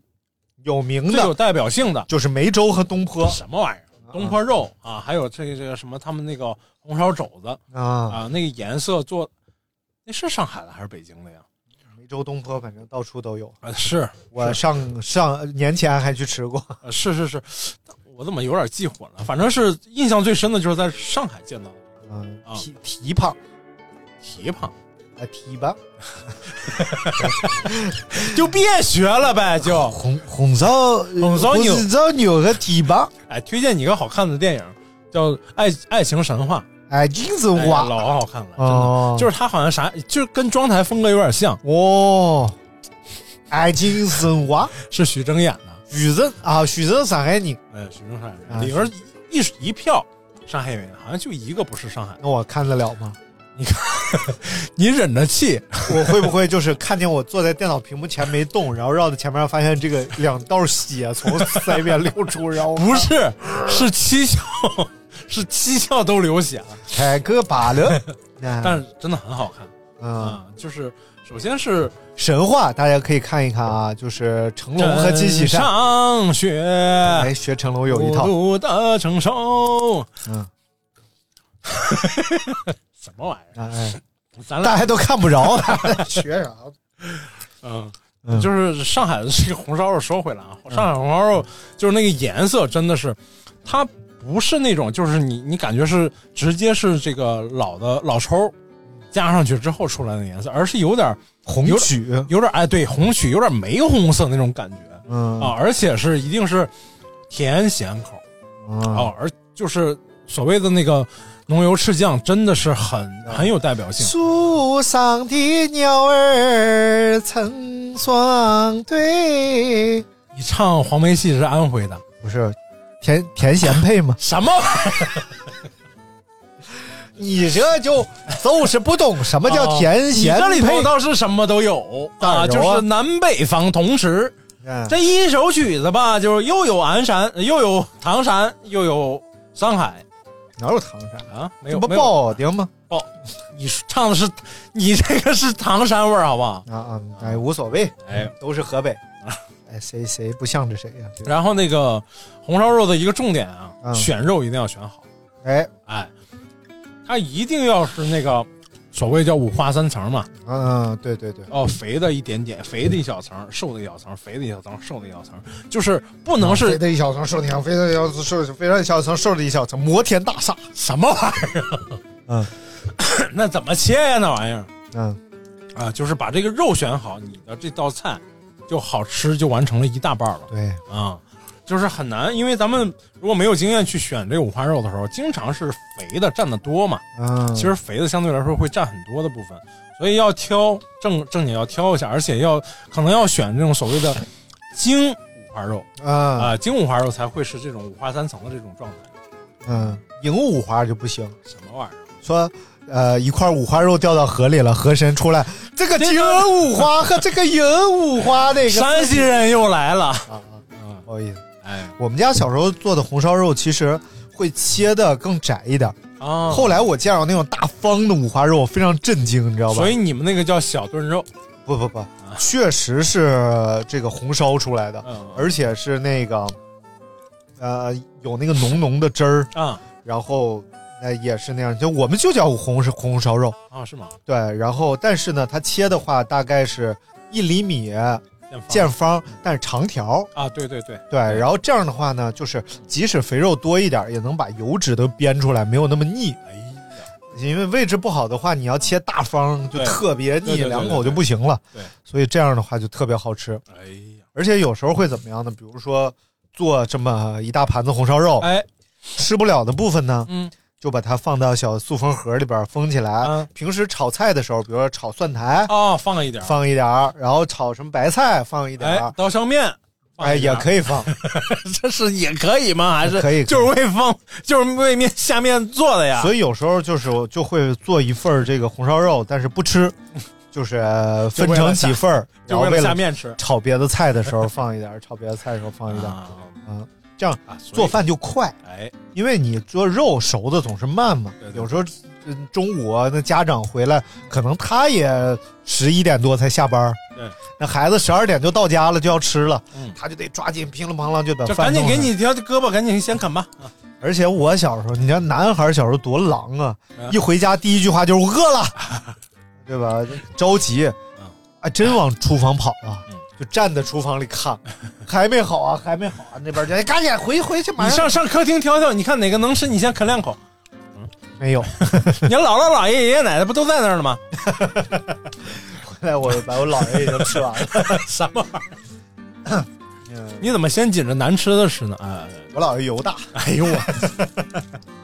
Speaker 1: 有名
Speaker 2: 最有
Speaker 1: 的
Speaker 2: 代表性的
Speaker 1: 就是梅州和东坡
Speaker 2: 什么玩意儿？东坡肉啊，还有这个这个什么，他们那个红烧肘子
Speaker 1: 啊，
Speaker 2: 啊，那个颜色做，那是上海的还是北京的呀？
Speaker 1: 梅州、东坡，反正到处都有。
Speaker 2: 啊，是
Speaker 1: 我上上年前还去吃过，
Speaker 2: 呃是是是，我怎么有点记混了？反正是印象最深的就是在上海见到的
Speaker 1: 嗯，
Speaker 2: 啊
Speaker 1: 蹄蹄膀
Speaker 2: 蹄膀，
Speaker 1: 啊，蹄膀，
Speaker 2: 就别学了呗，就
Speaker 1: 红红烧
Speaker 2: 红烧牛
Speaker 1: 红烧牛和蹄膀，
Speaker 2: 哎，推荐你一个好看的电影，叫《爱爱情神话
Speaker 1: 哎，金丝》，
Speaker 2: 哎呀
Speaker 1: 花
Speaker 2: 老好看了，真的。
Speaker 1: 哦，
Speaker 2: 就是他好像啥，就是跟妆台风格有点像，
Speaker 1: 哦，爱情神话，
Speaker 2: 是徐峥演的，
Speaker 1: 徐峥啊，徐峥上海人，
Speaker 2: 哎，徐峥上海
Speaker 1: 啊
Speaker 2: 人，里边一一票上海演员，好像就一个不是上海。
Speaker 1: 那我看得了吗？
Speaker 2: 你忍着气，
Speaker 1: 我会不会就是看见我坐在电脑屏幕前没动， 然后绕到前面发现这个两道血从腮边流出，然后
Speaker 2: 不 是，是七窍，是七窍都流血了，
Speaker 1: 太可怕了。但
Speaker 2: 但是真的很好看
Speaker 1: 嗯，
Speaker 2: 啊、就是首先是
Speaker 1: 神话大家可以看一看啊，就是成龙和金喜
Speaker 2: 枕
Speaker 1: 善，
Speaker 2: 上学，
Speaker 1: 哎，学成龙有一套，
Speaker 2: 孤独的承受，
Speaker 1: 嗯，
Speaker 2: 什么玩意
Speaker 1: 哎哎，
Speaker 2: 儿？咱俩
Speaker 1: 大家都看不着， 学啊啥？
Speaker 2: 嗯
Speaker 1: 嗯，
Speaker 2: 就是上海的这个红烧肉说回来啊，上海红烧肉就是那个颜色真的是，它不是那种就是你你感觉是直接是这个老的老抽加上去之后出来的颜色，而是有点
Speaker 1: 红
Speaker 2: 有
Speaker 1: 曲，
Speaker 2: 有点哎对红曲有点玫红色那种感觉
Speaker 1: 嗯
Speaker 2: 啊，而且是一定是甜咸口
Speaker 1: 啊，
Speaker 2: 啊，而就是所谓的那个浓油赤酱真的是很很有代表性。
Speaker 1: 树上的鸟儿成双对，
Speaker 2: 你唱黄梅戏是安徽的，
Speaker 1: 不是甜甜咸配吗？
Speaker 2: 什么
Speaker 1: 你这就就是不懂什么叫甜咸
Speaker 2: 哦你这里
Speaker 1: 配
Speaker 2: 头倒是什么都有
Speaker 1: 哪儿有啊
Speaker 2: 就是南北方同时。
Speaker 1: 嗯
Speaker 2: 这一首曲子吧，就是又有鞍山，又有唐山，又有上海
Speaker 1: 哪有唐山？
Speaker 2: 啊，没
Speaker 1: 这
Speaker 2: 有
Speaker 1: 不
Speaker 2: 没有。
Speaker 1: 保定吗？
Speaker 2: 你唱的是你这个是唐山味儿，好不好？
Speaker 1: 啊啊，哎，无所谓，
Speaker 2: 哎，
Speaker 1: 都是河北。哎，谁谁不向着谁呀、对吧
Speaker 2: 然后那个红烧肉的一个重点啊，
Speaker 1: 嗯
Speaker 2: 选肉一定要选好，
Speaker 1: 哎，
Speaker 2: 哎，它一定要是那个所谓叫五花三层嘛，
Speaker 1: 嗯，嗯对对对，
Speaker 2: 哦，肥的一点点，肥的一小层，瘦的一小层，肥的一小层，瘦的一小层，就是不能是
Speaker 1: 肥的一小层瘦的一小层，肥的一小层瘦的肥的一小层瘦的一小层，摩天大厦。
Speaker 2: 什么玩意儿？
Speaker 1: 嗯
Speaker 2: 那怎么切呀？那玩意儿
Speaker 1: 嗯
Speaker 2: 啊，就是把这个肉选好，你的这道菜就好吃，就完成了一大半了
Speaker 1: 对，
Speaker 2: 啊。就是很难，因为咱们如果没有经验去选这个五花肉的时候，经常是肥的占的多嘛。
Speaker 1: 嗯，
Speaker 2: 其实肥的相对来说会占很多的部分，所以要挑正正经要挑一下，而且要可能要选这种所谓的精五花肉啊、
Speaker 1: 嗯
Speaker 2: 精五花肉才会是这种五花三层的这种状态。
Speaker 1: 嗯，银五花就不行，
Speaker 2: 什么玩意儿？
Speaker 1: 说。呃，一块五花肉掉到河里了，河神出来，这个
Speaker 2: 这个
Speaker 1: 金五花和这个银五花那个
Speaker 2: 山西人又来了，
Speaker 1: 啊啊，
Speaker 2: 嗯，
Speaker 1: 不好意思，
Speaker 2: 哎
Speaker 1: 我们家小时候做的红烧肉，其实会切的更窄一点。
Speaker 2: 啊，
Speaker 1: 后来我见到那种大方的五花肉，我非常震惊，你知道吧
Speaker 2: 所？以你们那个叫小炖肉，
Speaker 1: 不不不，确实是这个红烧出来的，
Speaker 2: 嗯，
Speaker 1: 而且是那个，呃，有那个浓浓的汁儿，
Speaker 2: 啊
Speaker 1: 然后呃也是那样，就我们就叫红烧红烧肉，
Speaker 2: 啊是吗？
Speaker 1: 对。然后但是呢，它切的话大概是一厘米
Speaker 2: 方
Speaker 1: 见方，但是长条，
Speaker 2: 啊，对对对，
Speaker 1: 对，然后这样的话呢，就是即使肥肉多一点，也能把油脂都煸出来，没有那么腻。
Speaker 2: 哎呀，
Speaker 1: 因为位置不好的话，你要切大方就
Speaker 2: 对
Speaker 1: 特别
Speaker 2: 对对
Speaker 1: 腻，
Speaker 2: 对
Speaker 1: 两
Speaker 2: 对
Speaker 1: 口就
Speaker 2: 对
Speaker 1: 不行了。
Speaker 2: 对
Speaker 1: 所以这样的话就特别好吃。
Speaker 2: 哎呀，
Speaker 1: 而且有时候会怎么样呢？比如说做这么一大盘子红烧肉，
Speaker 2: 哎，
Speaker 1: 吃不了的部分呢，
Speaker 2: 嗯
Speaker 1: 就把它放到小塑封盒里边封起来。
Speaker 2: 啊
Speaker 1: 平时炒菜的时候，比如说炒蒜苔
Speaker 2: 哦，放一点儿，
Speaker 1: 放一点儿，然后炒什么白菜放一点
Speaker 2: 哎
Speaker 1: 儿，，啊
Speaker 2: 刀削面，
Speaker 1: 哎也
Speaker 2: 以，
Speaker 1: 可以放，
Speaker 2: 这是也哎可以吗？还是
Speaker 1: 可以可以
Speaker 2: 就是为放， 就是为面下面做的呀？
Speaker 1: 所以有时候就是我就会做一份儿这个红烧肉，但是不 吃，就是呃分成几份儿，然
Speaker 2: 就
Speaker 1: 后
Speaker 2: 为
Speaker 1: 为
Speaker 2: 了下
Speaker 1: 了
Speaker 2: 面吃
Speaker 1: 炒别的菜的时候放一点儿，炒别的菜的时候放一点儿，
Speaker 2: 啊
Speaker 1: 嗯，这样
Speaker 2: 啊，所以
Speaker 1: 做饭就快，
Speaker 2: 哎，
Speaker 1: 因为你做肉熟的总是慢嘛
Speaker 2: 对，对
Speaker 1: 有时候呃中午啊那家长回来，可能他也十一点多才下班，
Speaker 2: 对，
Speaker 1: 那孩子十二点就到家了，就要吃了，
Speaker 2: 嗯
Speaker 1: 他就得抓紧乒啷乓啷就把
Speaker 2: 就
Speaker 1: 嗯饭
Speaker 2: 赶紧
Speaker 1: 弄
Speaker 2: 给
Speaker 1: 上
Speaker 2: 你一条胳膊，赶紧先啃吧。啊
Speaker 1: 而且我小时候，你知道男孩小时候多狼啊，
Speaker 2: 嗯
Speaker 1: 一回家第一句话就是我 饿了，对吧？着急，啊，真往厨房跑啊
Speaker 2: 嗯，
Speaker 1: 就站在厨房 里看，还没好啊，还没好啊，那边就哎赶紧回回去，马
Speaker 2: 你
Speaker 1: 上
Speaker 2: 上上客厅挑挑，你看哪个能吃，你先啃两 口。
Speaker 1: 没有。
Speaker 2: 你姥姥、姥爷、爷爷奶奶不都在那儿呢吗？
Speaker 1: 后来哎我把我姥爷已经吃 完了，嗯
Speaker 2: 什么玩意儿？你怎么先紧着难吃的吃呢？哎，
Speaker 1: 我姥爷油大，哎 呦我，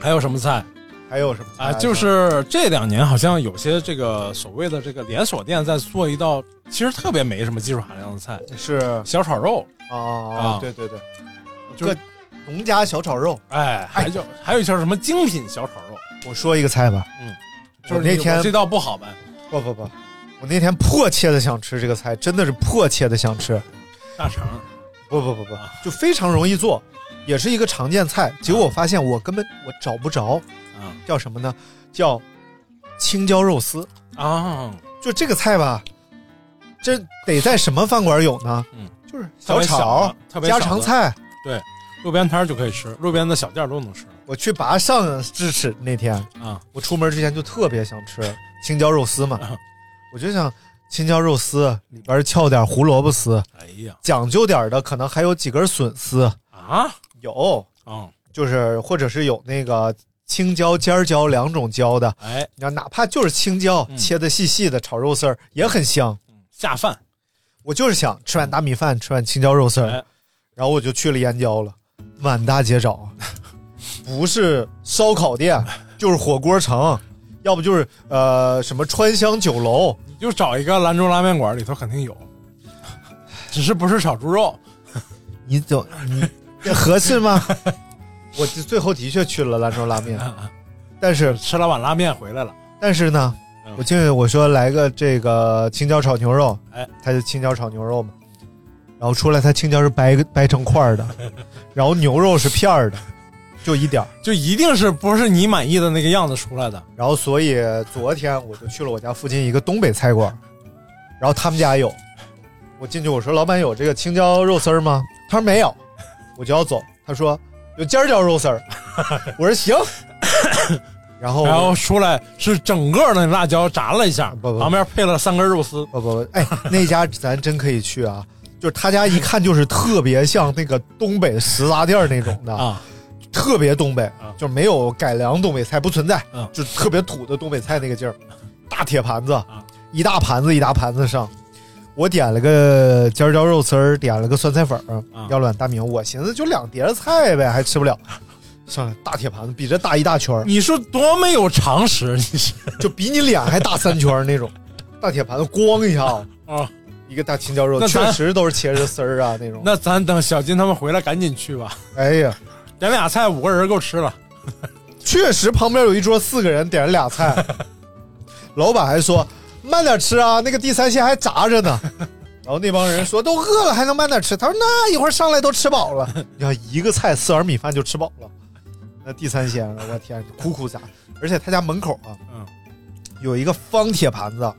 Speaker 2: 还有什么菜
Speaker 1: 还有什么
Speaker 2: 啊？就是这两年好像有些这个所谓的这个连锁店在做一道其实特别没什么技术含量的菜，
Speaker 1: 是啊
Speaker 2: 小炒肉。
Speaker 1: 啊，对对对，
Speaker 2: 就是
Speaker 1: 这农家小炒肉。
Speaker 2: 哎，还有还有一叫什么精品小炒肉，
Speaker 1: 我说一个菜吧，
Speaker 2: 嗯，
Speaker 1: 就是那
Speaker 2: 你
Speaker 1: 天
Speaker 2: 我这道不好呗，
Speaker 1: 不不不，我那天迫切的想吃这个菜，真的是迫切的想吃。
Speaker 2: 大肠。
Speaker 1: 不不不不
Speaker 2: 啊，
Speaker 1: 就非常容易做，也是一个常见菜。结果我发现我根本我找不着，
Speaker 2: 啊
Speaker 1: 叫什么呢？叫青椒肉丝。
Speaker 2: 啊，
Speaker 1: 就这个菜吧，这得在什么饭馆有呢？
Speaker 2: 嗯，
Speaker 1: 就是
Speaker 2: 特
Speaker 1: 小
Speaker 2: 别小
Speaker 1: 炒
Speaker 2: 的、特别小
Speaker 1: 家
Speaker 2: 的
Speaker 1: 常菜。
Speaker 2: 路边摊儿就可以吃，路边的小店儿都能吃
Speaker 1: 我去拔上智齿那天，
Speaker 2: 啊。
Speaker 1: 我出门之前就特别想 吃青椒肉丝嘛
Speaker 2: 啊，
Speaker 1: 我就想青椒肉丝里边翘点胡萝卜丝，
Speaker 2: 哎呀
Speaker 1: 讲究点的可能还有几根笋丝，
Speaker 2: 啊，
Speaker 1: 有
Speaker 2: 嗯，
Speaker 1: 就是或者是有那个青椒、尖儿椒两种椒的，
Speaker 2: 哎，
Speaker 1: 你要哪怕就是青椒、
Speaker 2: 嗯
Speaker 1: 切的细细的炒肉丝儿也很香。
Speaker 2: 下饭
Speaker 1: 我就是想吃碗大米饭，吃碗青椒肉丝儿，
Speaker 2: 哎
Speaker 1: 然后我就去了燕郊了，满大街找 啊，不是烧烤店就是火锅城，要不就是呃什么川香酒楼，
Speaker 2: 你就找一个兰州拉面馆，里头肯定有， 只是不是炒猪肉。
Speaker 1: 你怎你 这合适 吗？我就最后的确去了兰州拉
Speaker 2: 嗯
Speaker 1: 面，但是
Speaker 2: 吃了碗拉面回来了，
Speaker 1: 但是呢
Speaker 2: 嗯，
Speaker 1: 我进去我说来个这个青椒炒牛肉，
Speaker 2: 哎，
Speaker 1: 他就青椒炒牛肉嘛，然后出来他青椒是掰掰成块 儿的，然后牛肉是片儿的，就一点儿。
Speaker 2: 就一定是不是你满意的那个样子出来的
Speaker 1: 然后所以昨天我就去了我家附近一个东北菜馆，然后他们家有，我进去我说老板有这个青椒肉丝儿吗？他说没有，我就要走，他说有尖椒肉丝儿，我说行， 然后
Speaker 2: 然后出来是整个的辣椒炸了一下，
Speaker 1: 哦不不
Speaker 2: 旁边配了三根肉丝，
Speaker 1: 不不不，哎，那家咱真可以去啊！就是他家一看就是特别像那个东北食杂店儿那种的
Speaker 2: 啊，
Speaker 1: 特别东北，就没有改良东北菜不存在，
Speaker 2: 嗯
Speaker 1: 就特别土的东北菜那个劲儿，大铁盘子，
Speaker 2: 啊
Speaker 1: 一大盘子一大盘子上。我点了个尖椒肉丝儿，点了个酸菜粉儿，
Speaker 2: 啊
Speaker 1: 要了碗大米。我寻思就两碟儿菜呗，还吃不了。上来大铁盘子，比这大一大圈儿，
Speaker 2: 你说多没有常识，你是
Speaker 1: 就比你脸还大三圈儿那种。大铁盘子咣一下啊，
Speaker 2: 啊？
Speaker 1: 一个大青椒肉，
Speaker 2: 那咱
Speaker 1: 确实都是茄子丝儿啊那种。
Speaker 2: 那咱等小金他们回来赶紧去吧，
Speaker 1: 哎呀，
Speaker 2: 点俩菜五个人够吃了。
Speaker 1: 确实旁边有一桌四个人点了俩 菜，老板还说慢点吃啊，那个地三鲜还炸着 呢。然后那帮人说都饿了还能慢点吃，他说那一会儿上来都吃饱了， 你看一个菜四碗米饭就吃饱了。那地三鲜，我天，苦苦炸，而且他家门口啊，
Speaker 2: 嗯
Speaker 1: 有一个方铁盘子，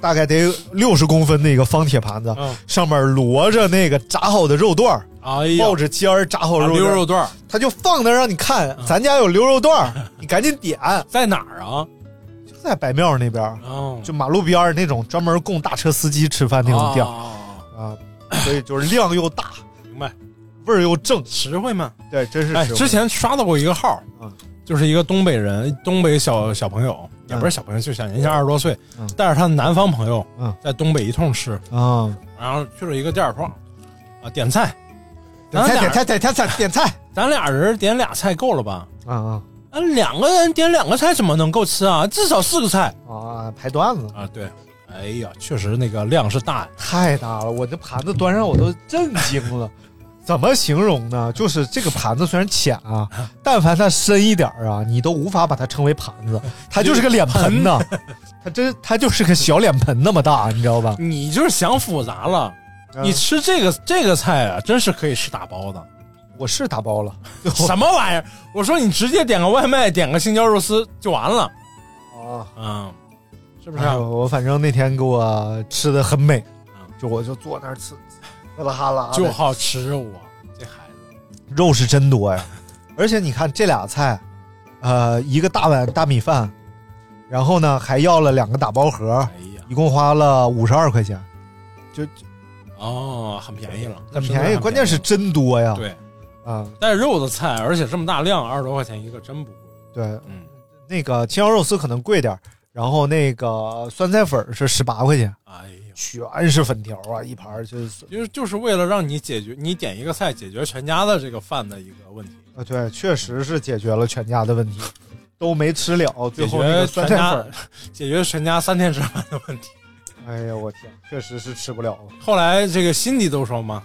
Speaker 1: 大概得六十公分的一个方铁盘子，
Speaker 2: 嗯，
Speaker 1: 上面摞着那个炸好的肉段儿，
Speaker 2: 哎呀，
Speaker 1: 冒着尖儿炸好
Speaker 2: 啊
Speaker 1: 肉
Speaker 2: 溜
Speaker 1: 段儿
Speaker 2: 肉段儿
Speaker 1: 他就放那儿让你看，
Speaker 2: 啊
Speaker 1: 咱家有溜肉段 儿，你赶紧点。
Speaker 2: 在哪儿啊？
Speaker 1: 就在白庙那边儿，
Speaker 2: 哦，
Speaker 1: 就马路边儿那种专门供大车司机吃饭那种店儿
Speaker 2: 哦
Speaker 1: 啊，所以就是量又大，
Speaker 2: 明白，
Speaker 1: 味儿又正，
Speaker 2: 实惠嘛。
Speaker 1: 对，真是
Speaker 2: 哎，
Speaker 1: 实惠
Speaker 2: 之前刷到过一个号
Speaker 1: 嗯，
Speaker 2: 就是一个东北人，东北小小朋友，也不是小朋友，就小年轻二十多岁
Speaker 1: 嗯，
Speaker 2: 带着他的南方朋友
Speaker 1: 嗯，
Speaker 2: 在东北一通吃，
Speaker 1: 啊，
Speaker 2: 然后去了一个店儿说，啊，点菜，
Speaker 1: 点
Speaker 2: 咱
Speaker 1: 菜
Speaker 2: 俩
Speaker 1: 点菜点菜点菜点菜
Speaker 2: 咱俩人点俩菜够了吧？
Speaker 1: 啊啊
Speaker 2: 啊，两个人点两个菜怎么能够吃啊？至少四个菜
Speaker 1: 啊！排段子
Speaker 2: 啊！对，哎呀，确实那个量是大呀。
Speaker 1: 太大了，我这盘子端上我都震惊了。怎么形容呢？就是这个盘子虽然浅啊，但凡它深一点儿啊，你都无法把它称为盘子，它就是个脸盆呐，它真它就是个小脸盆那么大，你知道吧？嗯
Speaker 2: 你就是想复杂了，你吃这个这个菜啊，真是可以吃打包的。
Speaker 1: 我是打包了，最 后
Speaker 2: 什么玩意儿？我说你直接点个外卖，点个青椒肉丝就完了，
Speaker 1: 啊？
Speaker 2: 嗯，是不是
Speaker 1: 哎
Speaker 2: 啊？
Speaker 1: 呦我反正那天给我吃的很美
Speaker 2: 嗯，
Speaker 1: 就我就坐那儿吃，喝了哈喇的，
Speaker 2: 就好吃肉啊，这孩子
Speaker 1: 肉是真多呀。而且你看这俩菜，呃，一个大碗大米饭，然后呢还要了两个打包盒，
Speaker 2: 哎呀，
Speaker 1: 一共花了五十二块钱，
Speaker 2: 哦，很便宜了，
Speaker 1: 哎很
Speaker 2: 真的
Speaker 1: 便宜，关键是真多呀。
Speaker 2: 对
Speaker 1: 啊，
Speaker 2: 带肉的菜，而且这么大量，二十多块钱一个，真不贵。
Speaker 1: 对，
Speaker 2: 嗯，
Speaker 1: 那个青椒肉丝可能贵点儿，然后那个酸菜粉儿是十八块钱，
Speaker 2: 哎呀，
Speaker 1: 全是粉条啊，一盘儿就是
Speaker 2: 就是就是为了让你解决你点一个菜解决全家的这个饭的一个问题，
Speaker 1: 啊，对，确实是解决了全家的问题，都没吃了，最
Speaker 2: 解
Speaker 1: 后那个
Speaker 2: 决
Speaker 1: 酸
Speaker 2: 全
Speaker 1: 菜
Speaker 2: 家
Speaker 1: 粉儿，
Speaker 2: 解决全家三天吃饭的问题。
Speaker 1: 哎呀，我天，确实是吃不了了。
Speaker 2: 后来这个辛迪都说嘛，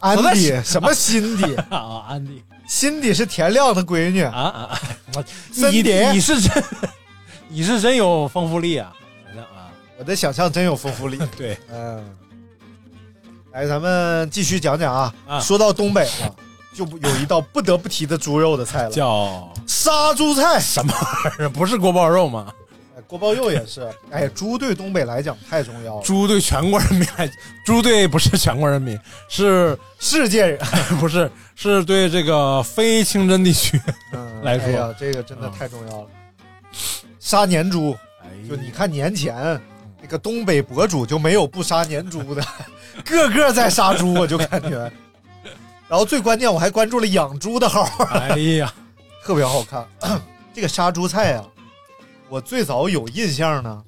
Speaker 1: 安
Speaker 2: 在
Speaker 1: 迪
Speaker 2: 想
Speaker 1: 什么辛 迪？
Speaker 2: 啊，安迪
Speaker 1: 辛迪是田亮的闺女，
Speaker 2: 啊啊，我
Speaker 1: 森
Speaker 2: 你
Speaker 1: 碟
Speaker 2: 你是真你是真有丰富力啊，反正啊，
Speaker 1: 我的想象真有丰富力。
Speaker 2: 对，
Speaker 1: 嗯，来，咱们继续讲讲啊。
Speaker 2: 啊
Speaker 1: 说到东北了，就不有一道不得不提的猪肉的菜了，
Speaker 2: 叫
Speaker 1: 杀猪菜。
Speaker 2: 什么玩意儿？不是锅包肉吗？
Speaker 1: 哎锅包肉也是，哎，猪对东北来讲太重要了，
Speaker 2: 猪对全国人民来，猪对不是全国人民，是
Speaker 1: 世界人、
Speaker 2: 不是是对这个非清真地区？
Speaker 1: 嗯、
Speaker 2: 来说嗯
Speaker 1: 哎呀，这个真的太重要了。杀年猪，
Speaker 2: 哎
Speaker 1: 就你看年
Speaker 2: 嗯
Speaker 1: 前那个东北博主就没有不杀年猪的， 个个在杀猪，我就感觉。然后最关键，我还关注了养猪的号，
Speaker 2: 哎呀，
Speaker 1: 特别好看。 这个杀猪菜啊，我最早有印象呢。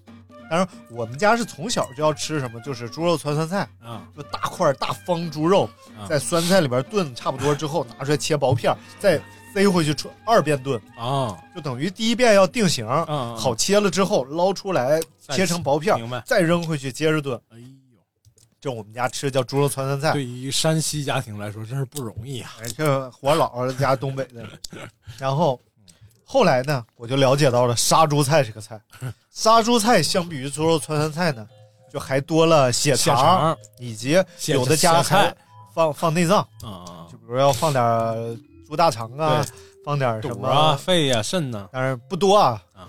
Speaker 1: 当然，我们家是从小就要吃什么，就是猪肉汆酸菜，
Speaker 2: 啊，
Speaker 1: 就大块儿大方猪肉，
Speaker 2: 啊
Speaker 1: 在酸菜里边炖差不多之后，拿出来切薄片儿，再塞回去出二遍炖，
Speaker 2: 啊，
Speaker 1: 就等于第一遍要定型，
Speaker 2: 嗯，
Speaker 1: 好切了之后捞出来
Speaker 2: 再
Speaker 1: 切成薄片儿，
Speaker 2: 明白？
Speaker 1: 再扔回去接着炖。
Speaker 2: 哎呦，
Speaker 1: 这我们家吃叫猪肉汆酸菜，
Speaker 2: 对于山西家庭来说，真是不容易啊。
Speaker 1: 哎这我姥姥家东北的。然后后来呢，我就了解到了杀猪菜这个菜。杀猪菜相比于猪肉汆酸菜呢，就还多了血
Speaker 2: 血
Speaker 1: 肠，
Speaker 2: 肠，
Speaker 1: 以及
Speaker 2: 血
Speaker 1: 有的家
Speaker 2: 血菜
Speaker 1: 还放放内脏。
Speaker 2: 啊
Speaker 1: 就，比如要放点儿猪大肠啊，放点儿什
Speaker 2: 肚
Speaker 1: 么
Speaker 2: 啊、，肺呀、肾呐，
Speaker 1: 当然不多啊
Speaker 2: 啊。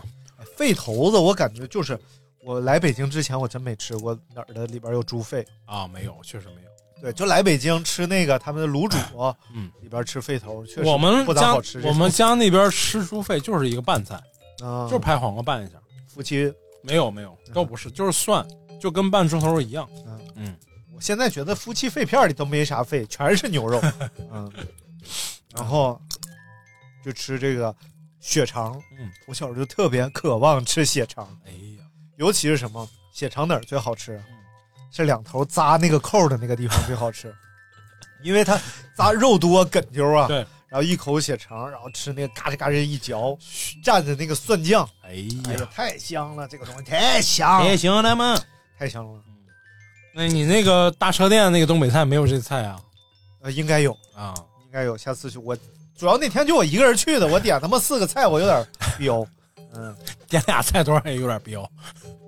Speaker 1: 肺头子我感觉就是我来北京之前我真没吃过哪儿的里边有猪肺，
Speaker 2: 啊，没有，确实没有。
Speaker 1: 对，就来北京吃那个他们的卤煮，
Speaker 2: 嗯，
Speaker 1: 里边吃肺头，确实
Speaker 2: 我们
Speaker 1: 不咋
Speaker 2: 家
Speaker 1: 好吃这
Speaker 2: 我们家那边吃猪肺就是一个拌菜，
Speaker 1: 啊，
Speaker 2: 就是拍黄瓜拌一下。
Speaker 1: 夫妻。
Speaker 2: 没有没有，
Speaker 1: 嗯
Speaker 2: 都不是，就是蒜，就跟拌猪头肉一样。
Speaker 1: 我现在觉得夫妻肺片里都没啥肺，全是牛 肉，嗯，然后就吃这个血肠，
Speaker 2: 嗯，
Speaker 1: 我小时候就特别渴望吃血肠，
Speaker 2: 哎呀，
Speaker 1: 尤其是什么血肠哪儿最好吃？
Speaker 2: 嗯
Speaker 1: 是两头扎那个扣的那个地方最 好吃，因为它扎肉多梗啾啊。
Speaker 2: 对。
Speaker 1: 然后一口血肠，然后吃那个嘎吱嘎吱一嚼，蘸着那个蒜酱，
Speaker 2: 哎
Speaker 1: 哎呀
Speaker 2: 呀，，
Speaker 1: 太香了！这个东西太香，
Speaker 2: 也行了吗？
Speaker 1: 太香了。
Speaker 2: 那你那个大车店那个东北菜没有这菜啊？
Speaker 1: 呃，应该有，
Speaker 2: 啊，
Speaker 1: 应该有。下次去我，主要那天就我一个人去的， 我点他妈四个菜，我有点彪。嗯，
Speaker 2: 点俩菜多少也有点彪。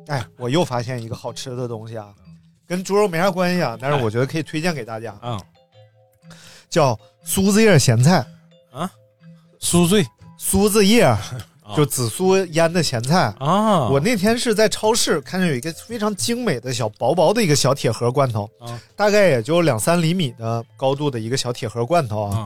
Speaker 1: 哎，我又发现一个好吃的东西啊，跟猪肉没啥关系啊，但是我觉得可以推荐给大家，
Speaker 2: 啊，
Speaker 1: 叫苏子叶咸菜。啊
Speaker 2: 酥醉
Speaker 1: 苏子 叶，就紫苏腌的咸菜。
Speaker 2: 啊，
Speaker 1: 我那天是在超市看见有一个非常精美的小薄薄的一个小铁盒罐头，
Speaker 2: 啊
Speaker 1: 大概也就两三厘米的高度的一个小铁盒罐头啊，
Speaker 2: 啊，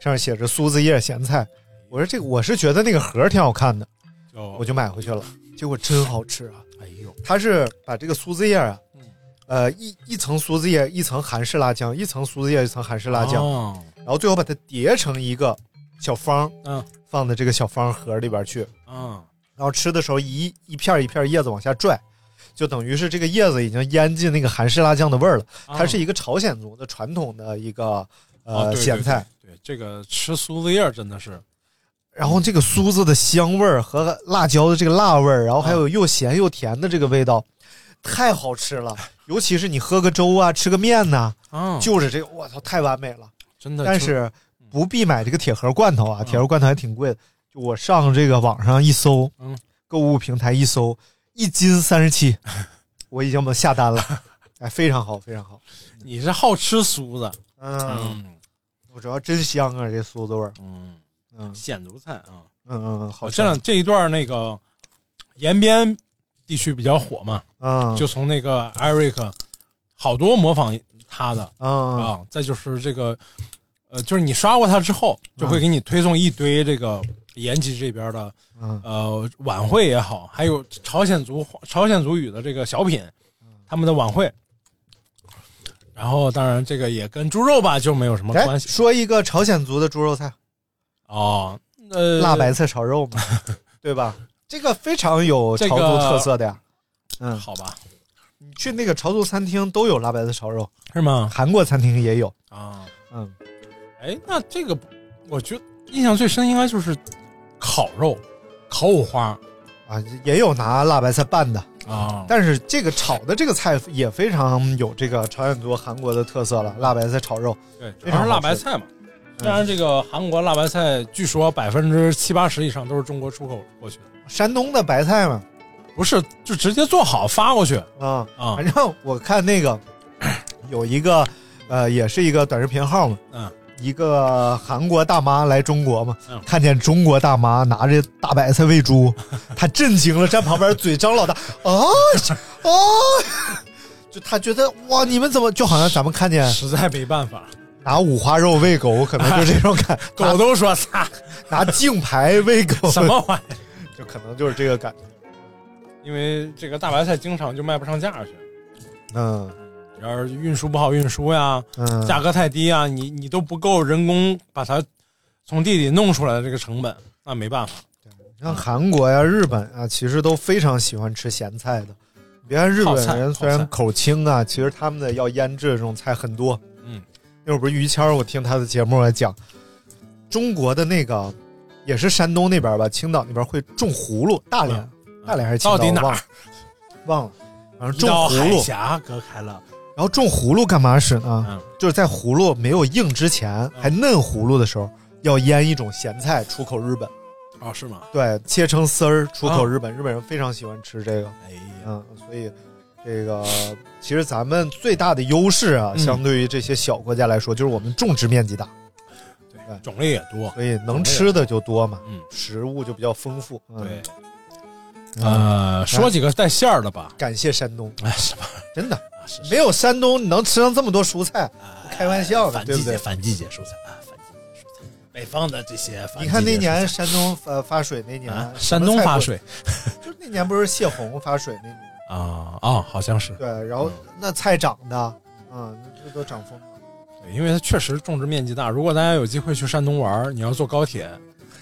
Speaker 1: 上面写着苏子叶咸菜。我说这个，我是觉得那个盒挺好看的，
Speaker 2: 就
Speaker 1: 我就买回去了。结果真好吃啊！
Speaker 2: 哎呦，
Speaker 1: 它是把这个苏子叶啊
Speaker 2: 嗯，
Speaker 1: 呃一一层苏子叶，一层韩式辣酱，一层苏子叶，一层韩式辣酱，
Speaker 2: 哦
Speaker 1: 然后最后把它叠成一个小方，
Speaker 2: 嗯，
Speaker 1: 放在这个小方盒里边去。
Speaker 2: 啊，
Speaker 1: 然后吃的时候一一片儿一片儿叶子往下拽，就等于是这个叶子已经腌进那个韩式辣酱的味儿了。它是一个朝鲜族的传统的一个
Speaker 2: 啊
Speaker 1: 呃咸菜，。
Speaker 2: 哦对对对对，这个吃苏子叶儿真的是
Speaker 1: 然后这个酥子的香味儿和辣椒的这个辣味儿，然后还有又咸又甜的这个味道，
Speaker 2: 嗯
Speaker 1: 太好吃了。尤其是你喝个粥啊，吃个面呐、
Speaker 2: 啊，
Speaker 1: 就是这个，我操，太完美了。
Speaker 2: 真的就，嗯
Speaker 1: 但是不必买这个铁盒罐头啊，铁盒罐头还挺贵的。就我上这个网上一搜，
Speaker 2: 嗯，
Speaker 1: 购物平台一搜，一斤三十七，我已经把它下单了。哎，非常好，非常好。
Speaker 2: 你是好吃酥子，
Speaker 1: 嗯，
Speaker 2: 嗯
Speaker 1: 我主要真香啊，这酥子味儿。
Speaker 2: 嗯，
Speaker 1: 嗯
Speaker 2: 鲜竹菜啊，
Speaker 1: 嗯嗯嗯，好
Speaker 2: 我
Speaker 1: 吃
Speaker 2: 这两这一段那个延边地区比较火嘛，
Speaker 1: 嗯，
Speaker 2: 就从那个 Eric 好多模仿他的
Speaker 1: 嗯
Speaker 2: 啊，再就是这个呃，就是你刷过他之后，就会给你推送一堆这个延吉这边的
Speaker 1: 嗯
Speaker 2: 呃晚会也好，还有朝鲜族朝鲜族语的这个小品，
Speaker 1: 嗯
Speaker 2: 他们的晚会。然后，当然这个也跟猪肉吧就没有什么
Speaker 1: 哎，
Speaker 2: 关系
Speaker 1: 说一个朝鲜族的猪肉菜，
Speaker 2: 哦。呃，
Speaker 1: 辣白菜炒肉 嘛，对吧？这个非常有
Speaker 2: 这
Speaker 1: 朝
Speaker 2: 个
Speaker 1: 族特色的呀。嗯，
Speaker 2: 好吧，
Speaker 1: 你去那个朝族餐厅都有辣白菜炒肉，
Speaker 2: 是吗？
Speaker 1: 嗯韩国餐厅也有。
Speaker 2: 啊，
Speaker 1: 嗯，
Speaker 2: 哎，那这个我觉得印象最深应该就是烤肉、烤五花
Speaker 1: 啊，也有拿辣白菜拌的，
Speaker 2: 啊，
Speaker 1: 但是这个炒的这个菜也非常有这个朝鲜族、韩国的特色了，辣白菜炒肉。
Speaker 2: 对，主
Speaker 1: 非
Speaker 2: 要
Speaker 1: 常
Speaker 2: 是辣白
Speaker 1: 好吃嗯
Speaker 2: 菜嘛。当然，这个韩国辣白菜据说百分之七八十以上都是中国出口过去的，
Speaker 1: 山东的白菜嘛，
Speaker 2: 不是就直接做好发过去
Speaker 1: 啊，
Speaker 2: 啊
Speaker 1: 反？正我看那个 有一个，呃，也是一个短视频号嘛，
Speaker 2: 嗯，
Speaker 1: 一个韩国大妈来中国嘛，
Speaker 2: 嗯
Speaker 1: 看见中国大妈拿着大白菜 喂猪，她震惊了，站旁边嘴张老大，啊是啊， 就她觉得哇，你们怎么就好像咱们看见
Speaker 2: 实在没办
Speaker 1: 啊
Speaker 2: 法，
Speaker 1: 拿五花肉喂狗，可能就这种 感，
Speaker 2: 狗都说 擦
Speaker 1: 拿拿净牌喂狗，
Speaker 2: 啊什么玩意儿？
Speaker 1: 就可能就是这个感觉，
Speaker 2: 因为这个大白菜经常就卖不上价去，
Speaker 1: 嗯
Speaker 2: 要是运输不好运输呀，
Speaker 1: 嗯，
Speaker 2: 价格太低啊，你你都不够人工把它从地里弄出来的这个成本，那没办法。
Speaker 1: 像韩国呀、日本啊，其实都非常喜欢吃咸菜的。别看日本
Speaker 2: 泡
Speaker 1: 人
Speaker 2: 菜
Speaker 1: 虽然口轻啊，其实他们的要腌制的这种菜很多。
Speaker 2: 嗯，
Speaker 1: 那会儿不是于谦儿，我听他的节目来讲，中国的那个也是山东那边吧，青岛那边会种葫芦，大连、大连还是青岛
Speaker 2: 嗯到底哪
Speaker 1: 我忘
Speaker 2: 儿
Speaker 1: 了？忘了，反正
Speaker 2: 一
Speaker 1: 种
Speaker 2: 道
Speaker 1: 葫
Speaker 2: 海
Speaker 1: 芦，啊
Speaker 2: 峡隔开了，
Speaker 1: 然后种葫芦干嘛使呢？
Speaker 2: 嗯
Speaker 1: 就是在葫芦没有硬之前，还嫩葫芦的时候，要腌一种咸菜出口日本。
Speaker 2: 哦，是吗？
Speaker 1: 对，切成丝儿出口
Speaker 2: 啊
Speaker 1: 日本，日本人非常喜欢吃这个，
Speaker 2: 哎呀，
Speaker 1: 嗯，所以这个其实咱们最大的优势啊，
Speaker 2: 嗯
Speaker 1: 相对于这些小国家来说，就是我们种植面积大，
Speaker 2: 对，种类也多，
Speaker 1: 所以能吃的就多嘛，
Speaker 2: 嗯，
Speaker 1: 食物就比较丰富。嗯、
Speaker 2: 对，
Speaker 1: 嗯，
Speaker 2: 呃，说几个带馅儿的吧。
Speaker 1: 感谢山东，
Speaker 2: 哎，什么？
Speaker 1: 真的
Speaker 2: 是
Speaker 1: 没有山东你能吃上这么多蔬菜，开玩笑
Speaker 2: 啊
Speaker 1: 的，
Speaker 2: 反
Speaker 1: 对
Speaker 2: 季
Speaker 1: 不
Speaker 2: 节，
Speaker 1: 对？
Speaker 2: 反季节蔬菜啊，反季节蔬菜。北方的这些，
Speaker 1: 你看那年山东发发水那年，
Speaker 2: 啊，
Speaker 1: 什
Speaker 2: 山
Speaker 1: 么
Speaker 2: 东
Speaker 1: 菜
Speaker 2: 发
Speaker 1: 不，
Speaker 2: 水
Speaker 1: 就是那年不是泄洪发水那年，
Speaker 2: 啊啊，好像是，
Speaker 1: 对，然后
Speaker 2: 嗯
Speaker 1: 那菜长的，嗯，那都长疯了。
Speaker 2: 对，因为它确实种植面积大。如果大家有机会去山东玩儿，你要坐高铁，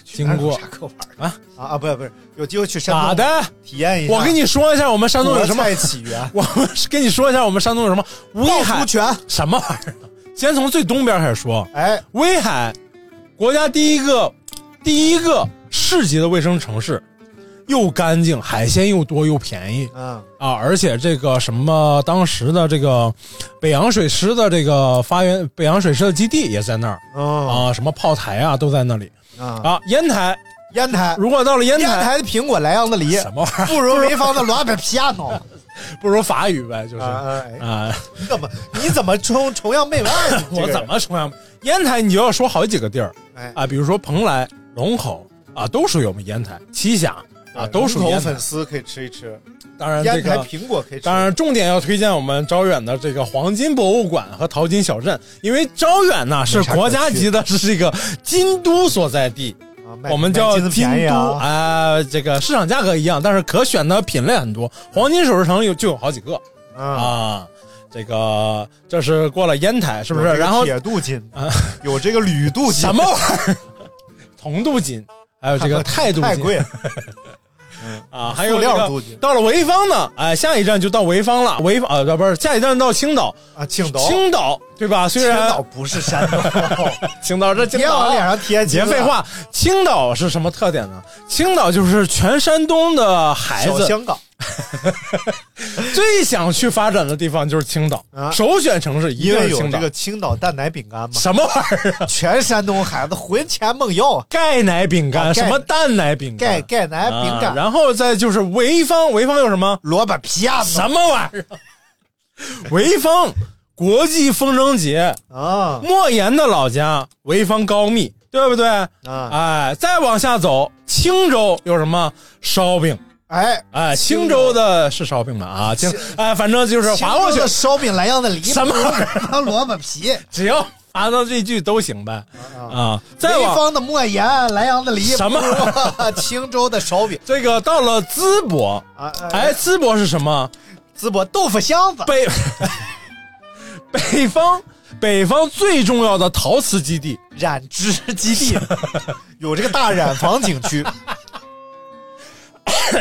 Speaker 2: 经过
Speaker 1: 啥可玩儿
Speaker 2: 啊
Speaker 1: 啊啊！不是不是，有机会去山
Speaker 2: 咋
Speaker 1: 东
Speaker 2: 的？
Speaker 1: 体验一下。
Speaker 2: 我跟你说一下，我们山东有什么
Speaker 1: 国？菜起 源？
Speaker 2: 我们跟你说一下，我们山东有什么？威
Speaker 1: 趵
Speaker 2: 海
Speaker 1: 突泉，
Speaker 2: 什么玩意儿？先从最东边开始说，
Speaker 1: 哎，
Speaker 2: 威海，国家第一个第一个市级的卫生城市，又干净，海鲜又多又便宜
Speaker 1: 嗯
Speaker 2: 啊！而且这个什么，当时的这个北洋水师的这个发源，北洋水师的基地也在那儿
Speaker 1: 哦
Speaker 2: 啊，什么炮台啊都在那里
Speaker 1: 啊，
Speaker 2: 啊。烟台，
Speaker 1: 烟台，
Speaker 2: 如果到了烟
Speaker 1: 烟
Speaker 2: 台，
Speaker 1: 台的苹果莱昂的梨，
Speaker 2: 什么玩意
Speaker 1: 不如潍坊的罗贝皮亚诺。
Speaker 2: 儿？不如法语呗，就是啊。
Speaker 1: 啊，哎你怎么你怎么崇崇洋媚外呢？你这
Speaker 2: 我
Speaker 1: 个人
Speaker 2: 怎么崇洋？烟台你就要说好几个地儿
Speaker 1: 哎
Speaker 2: 啊，比如说蓬莱、龙口啊，都属于我们烟台；栖霞啊，都属于
Speaker 1: 哎龙口
Speaker 2: 烟台
Speaker 1: 粉。丝可以吃一吃，
Speaker 2: 当然，这
Speaker 1: 烟台
Speaker 2: 个
Speaker 1: 苹果可以吃。
Speaker 2: 当然重点要推荐我们招远的这个黄金博物馆和淘金小镇，因为招远呢是
Speaker 1: 没啥可
Speaker 2: 国家级的，是这个金都所在地，
Speaker 1: 啊卖
Speaker 2: 我们
Speaker 1: 卖
Speaker 2: 叫
Speaker 1: 金子
Speaker 2: 金
Speaker 1: 便宜
Speaker 2: 都
Speaker 1: 啊，
Speaker 2: 啊，这个市场价格一样，但是可选的品类很多，黄金首饰城有就有好几个
Speaker 1: 啊，
Speaker 2: 啊。这个这是过了烟台，是不是？
Speaker 1: 有这个
Speaker 2: 然后 啊
Speaker 1: 铁镀金，有这个铝镀金，
Speaker 2: 什么玩意儿？铜镀金，还有这 个钛镀
Speaker 1: 太
Speaker 2: 金
Speaker 1: 贵了，
Speaker 2: 啊，还有
Speaker 1: 塑
Speaker 2: 这
Speaker 1: 料
Speaker 2: 个
Speaker 1: 镀金
Speaker 2: 到了潍坊呢，哎，下一站就到潍坊了，潍坊呃不是，下一站到青岛，
Speaker 1: 啊， 青岛，
Speaker 2: 青岛对吧？虽
Speaker 1: 青
Speaker 2: 然
Speaker 1: 岛不是山东，
Speaker 2: 青岛这青
Speaker 1: 别往
Speaker 2: 岛
Speaker 1: 脸上贴金啊
Speaker 2: 别
Speaker 1: 了，
Speaker 2: 废话，青岛是什么特点呢？青岛就是全山东的孩
Speaker 1: 小
Speaker 2: 子
Speaker 1: 香港，
Speaker 2: 最想去发展的地方就是青岛，
Speaker 1: 啊
Speaker 2: 首选城市一
Speaker 1: 因
Speaker 2: 定
Speaker 1: 为
Speaker 2: 是
Speaker 1: 有
Speaker 2: 青岛。
Speaker 1: 这个青岛蛋奶饼干嘛，
Speaker 2: 什么玩意儿啊？
Speaker 1: 全山东孩子魂牵梦绕，
Speaker 2: 钙奶饼干，
Speaker 1: 啊钙
Speaker 2: 什么蛋奶饼
Speaker 1: 钙
Speaker 2: 干，
Speaker 1: 钙奶饼
Speaker 2: 啊
Speaker 1: 干，
Speaker 2: 然后再就是潍坊，潍坊有什么？
Speaker 1: 萝卜皮亚
Speaker 2: 什么玩意儿？潍坊国际风筝节，
Speaker 1: 啊
Speaker 2: 莫言的老家潍坊高密，对不对？
Speaker 1: 啊！
Speaker 2: 哎，再往下走，青州有什么烧饼？
Speaker 1: 哎，
Speaker 2: 哎，青州的是烧饼吧？啊，青哎，反正就是划过去
Speaker 1: 青州的，烧饼莱阳的梨，
Speaker 2: 什么玩意
Speaker 1: 潍坊萝卜皮，
Speaker 2: 只要划到这句都行呗。啊， 再
Speaker 1: 潍
Speaker 2: 往
Speaker 1: 坊的莫言，莱阳的梨，
Speaker 2: 什么？
Speaker 1: 青州的烧饼
Speaker 2: 这个到了淄博，
Speaker 1: 啊！
Speaker 2: 哎，，淄博是什么？
Speaker 1: 淄博豆腐香子，
Speaker 2: 北 北方北方最重要的陶瓷基地，
Speaker 1: 染织 基地，有这个大染坊景区，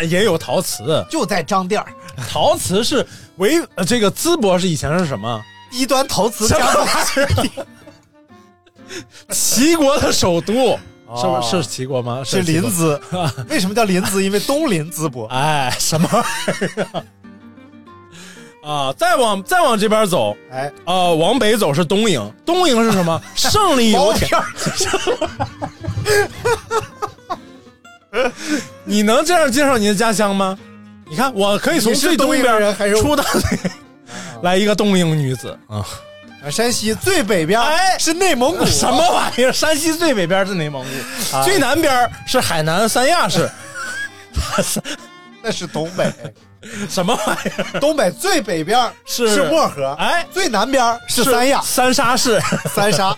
Speaker 2: 也有陶瓷。
Speaker 1: 就在张店儿，
Speaker 2: 陶瓷是为呃这个淄博是以前是什么？
Speaker 1: 低端陶瓷
Speaker 2: 什么
Speaker 1: 加工
Speaker 2: 玩意儿？齐国的首都、是不是是齐国吗？
Speaker 1: 哦是
Speaker 2: 齐
Speaker 1: 临
Speaker 2: 国。
Speaker 1: 淄，为什么叫临淄？因为东临淄博。
Speaker 2: 哎，什么玩意儿啊？啊，再往再往这边走，
Speaker 1: 哎，
Speaker 2: 呃，往北走是东营，东营是什 么？胜利油田。 你能这样介绍你的家乡吗？你看，我可以从
Speaker 1: 你是
Speaker 2: 最东
Speaker 1: 东营
Speaker 2: 边
Speaker 1: 人还是
Speaker 2: 出 到来一个东营女子啊？
Speaker 1: 啊山西最北边
Speaker 2: 哎
Speaker 1: 是内蒙古，啊
Speaker 2: 什么玩意儿？山西最北边是内蒙古，最南边是海南三亚 市，
Speaker 1: 那是东北。
Speaker 2: 什么玩意儿？
Speaker 1: 东北最北边
Speaker 2: 是
Speaker 1: 是漠河，
Speaker 2: 哎
Speaker 1: 最南边是三亚
Speaker 2: 三沙市。
Speaker 1: 三 沙。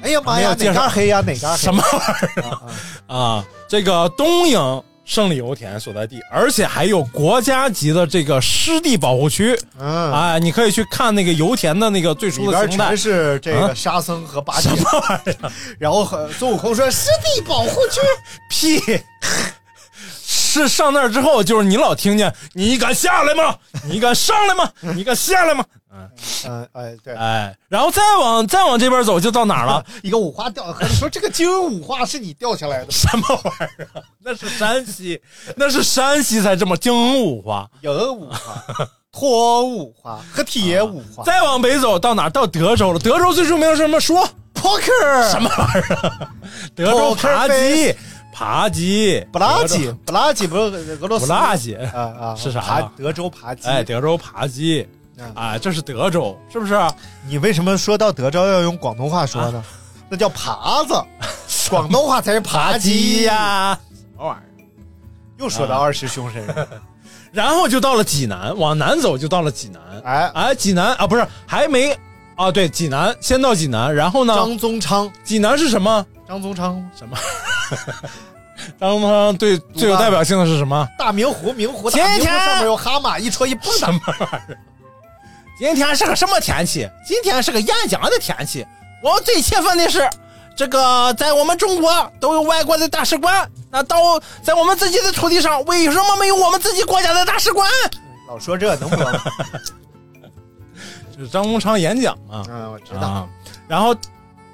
Speaker 1: 哎呀妈
Speaker 2: 没有
Speaker 1: 呀，
Speaker 2: 介
Speaker 1: 哪
Speaker 2: 绍
Speaker 1: 嘎黑呀，哪嘎黑？
Speaker 2: 什么玩意儿啊啊？这个东营胜利油田所在地，而且还有国家级的这个湿地保护区。
Speaker 1: 嗯
Speaker 2: 啊，你可以去看那个油田的那个最
Speaker 1: 里
Speaker 2: 初的
Speaker 1: 边
Speaker 2: 形态
Speaker 1: 全。是这个沙僧和八戒，
Speaker 2: 什么玩意儿？
Speaker 1: 然后和孙悟空说湿地保护区，
Speaker 2: 屁！是上那儿之后，就是你老听见，你敢下来吗？你敢上来吗？你敢下来吗？
Speaker 1: 嗯哎对，
Speaker 2: 哎，然后再往再往这边走，就到哪儿了？
Speaker 1: 一个五花掉，和你说这个金文五花是你掉下来的，
Speaker 2: 什么玩意儿啊？那是山西，那是山西才这么精武化。
Speaker 1: 银五花、 脱五花和铁五花。
Speaker 2: 再往北走到哪儿？到德州了。德州最著名的是什么？说
Speaker 1: poker
Speaker 2: 什么玩意儿啊？德州
Speaker 1: Poker
Speaker 2: 扒鸡，扒鸡，
Speaker 1: 不拉几不拉几不是俄
Speaker 2: 不
Speaker 1: 罗斯
Speaker 2: 拉鸡。
Speaker 1: 啊啊
Speaker 2: 是啥呀
Speaker 1: 爬德州扒鸡。
Speaker 2: 哎，德州扒鸡
Speaker 1: 嗯，
Speaker 2: 哎，这是德州，是不是？
Speaker 1: 你为什么说到德州要用广东话说
Speaker 2: 啊
Speaker 1: 呢？那叫耙子， 广东话才是扒
Speaker 2: 鸡
Speaker 1: 鸡。
Speaker 2: 呀，啊什么玩意儿？
Speaker 1: 又说到二师兄身 上，
Speaker 2: 然后就到了济南，往南走就到了济南。
Speaker 1: 哎，
Speaker 2: 哎，济南啊，不是还没啊？对，济南先到济南，然后呢？
Speaker 1: 张宗昌，
Speaker 2: 济南是什么？
Speaker 1: 张宗昌，
Speaker 2: 张宗昌对最有代表性的是什么？
Speaker 1: 大明湖，明湖大
Speaker 2: 前
Speaker 1: 明湖
Speaker 2: 天
Speaker 1: 上面有蛤蟆，一戳一蹦
Speaker 2: 什么玩意儿？今天是个什么天气？今天是个艳阳的天气。我最气愤的是，这个在我们中国都有外国的大使馆，那到在我们自己的土地上，为什么没有我们自己国家的大使馆？
Speaker 1: 老说这能 播吗？
Speaker 2: 这是张宗昌演讲嘛？
Speaker 1: 嗯，我知道。
Speaker 2: 啊，然后